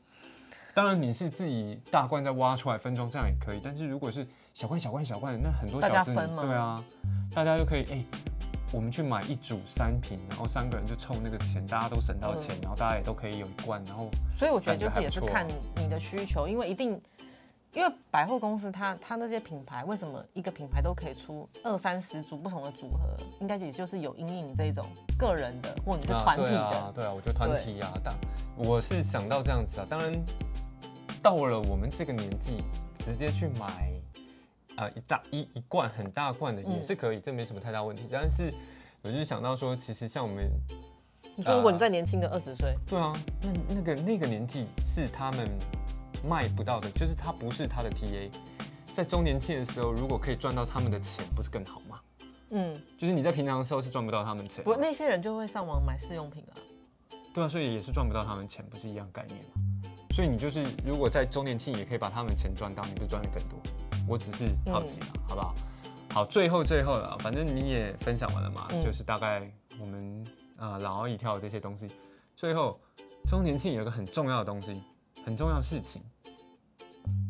[SPEAKER 1] 当然你是自己大罐再挖出来分装，这样也可以。但是如果是小罐小罐小罐，那很多
[SPEAKER 2] 大家
[SPEAKER 1] 小资女
[SPEAKER 2] 分吗
[SPEAKER 1] 对啊，大家就可以哎、我们去买一组三瓶，然后三个人就凑那个钱，大家都省到
[SPEAKER 2] 嗯
[SPEAKER 1] 钱，然后大家也都可以有一罐，然后
[SPEAKER 2] 所以我觉得
[SPEAKER 1] 感
[SPEAKER 2] 就
[SPEAKER 1] 觉还
[SPEAKER 2] 是也是
[SPEAKER 1] 不错啊
[SPEAKER 2] 看你的需求，因为一定。因为百货公司它它那些品牌，为什么一个品牌都可以出二三十组不同的组合？应该也就是有因应你这一种个人的，或你是团体的。
[SPEAKER 1] 啊对啊，对啊，我觉得团体啊，当我是想到这样子啊。当然，到了我们这个年纪，直接去买啊、呃一大一一罐很大罐的也
[SPEAKER 2] 嗯
[SPEAKER 1] 是可以，这没什么太大问题。但是我就是想到说，其实像我们
[SPEAKER 2] 你说如果你
[SPEAKER 1] 啊
[SPEAKER 2] 再年轻个二十岁，
[SPEAKER 1] 对啊，那那个那个年纪是他们卖不到的，就是他不是他的 TA，在周年庆的时候，如果可以赚到他们的钱，不是更好吗？
[SPEAKER 2] 嗯，
[SPEAKER 1] 就是你在平常的时候是赚不到他们钱，
[SPEAKER 2] 不，那些人就会上网买试用品啊。
[SPEAKER 1] 对啊，所以也是赚不到他们钱，不是一样概念吗？所以你就是如果在周年庆也可以把他们钱赚到，你不赚的更多？我只是好奇
[SPEAKER 2] 嗯
[SPEAKER 1] 啦，好不好？好，最后最后了，反正你也分享完了嘛，
[SPEAKER 2] 嗯
[SPEAKER 1] 就是大概我们呃老奥一跳这些东西。最后周年庆有一个很重要的东西，很重要的事情，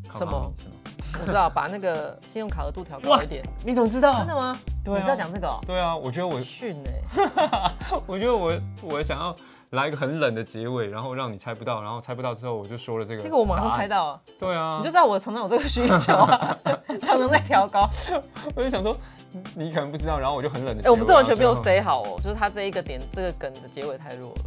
[SPEAKER 1] 考
[SPEAKER 2] 什么
[SPEAKER 1] 考你是吗？
[SPEAKER 2] 我知道，把那个信用卡额度调高一点。
[SPEAKER 1] 你怎么知道？
[SPEAKER 2] 真的吗？
[SPEAKER 1] 对啊
[SPEAKER 2] 你是要讲这个、哦？
[SPEAKER 1] [LAUGHS] 对啊，我觉得我 [LAUGHS]
[SPEAKER 2] 训哎、
[SPEAKER 1] 我觉得我我想要来一个很冷的结尾，然后让你猜不到，然后猜不到之后我就说了这个。
[SPEAKER 2] 这个我马上猜。到啊，
[SPEAKER 1] 对啊，
[SPEAKER 2] [LAUGHS] 你就知道我常常有这个需求啊，常常在调高。
[SPEAKER 1] 我就想说，你可能不知道，然后我就很冷的。
[SPEAKER 2] 哎、我们这完全没有
[SPEAKER 1] 然后
[SPEAKER 2] say 好哦，就是他这一个点，这个梗的结尾太弱了。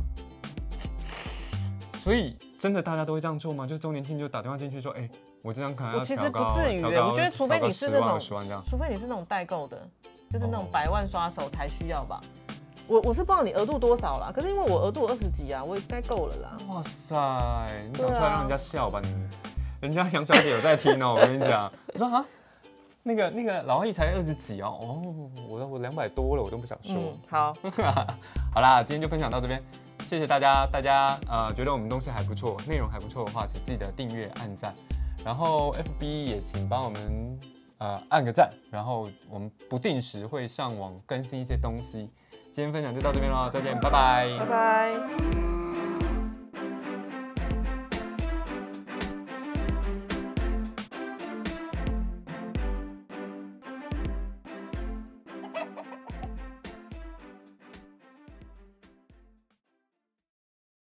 [SPEAKER 1] 所以真的大家都会这样做吗？就周年庆就打电话进去说，哎、我这张卡要
[SPEAKER 2] 我其实
[SPEAKER 1] 调高
[SPEAKER 2] 不至于
[SPEAKER 1] 调
[SPEAKER 2] 欸我
[SPEAKER 1] 高
[SPEAKER 2] 觉得除非
[SPEAKER 1] 调高
[SPEAKER 2] 你是
[SPEAKER 1] 10
[SPEAKER 2] 那
[SPEAKER 1] 万
[SPEAKER 2] 种
[SPEAKER 1] 20万这样。
[SPEAKER 2] 除非你是那种代购的，就是那种
[SPEAKER 1] 哦
[SPEAKER 2] 百万刷手才需要吧。我我是不知道你额度多少啦，可是因为我额度二十几啊，我也该够了啦。
[SPEAKER 1] 哇塞，你讲
[SPEAKER 2] 对
[SPEAKER 1] 出来
[SPEAKER 2] 啊
[SPEAKER 1] 让人家笑吧你！人家杨小姐有在听哦，我跟你讲，我说啊，那个那个老阿姨才二十几哦，哦，我我两百多了，我都不想说。
[SPEAKER 2] 嗯，好，
[SPEAKER 1] 好啦，今天就分享到这边，谢谢大家。大家呃觉得我们东西还不错，内容还不错的话，请记得订阅、按赞，然后 FB 也请帮我们呃按个赞，然后我们不定时会上网更新一些东西。今天分享就到这边喽，再见，拜拜
[SPEAKER 2] 拜拜。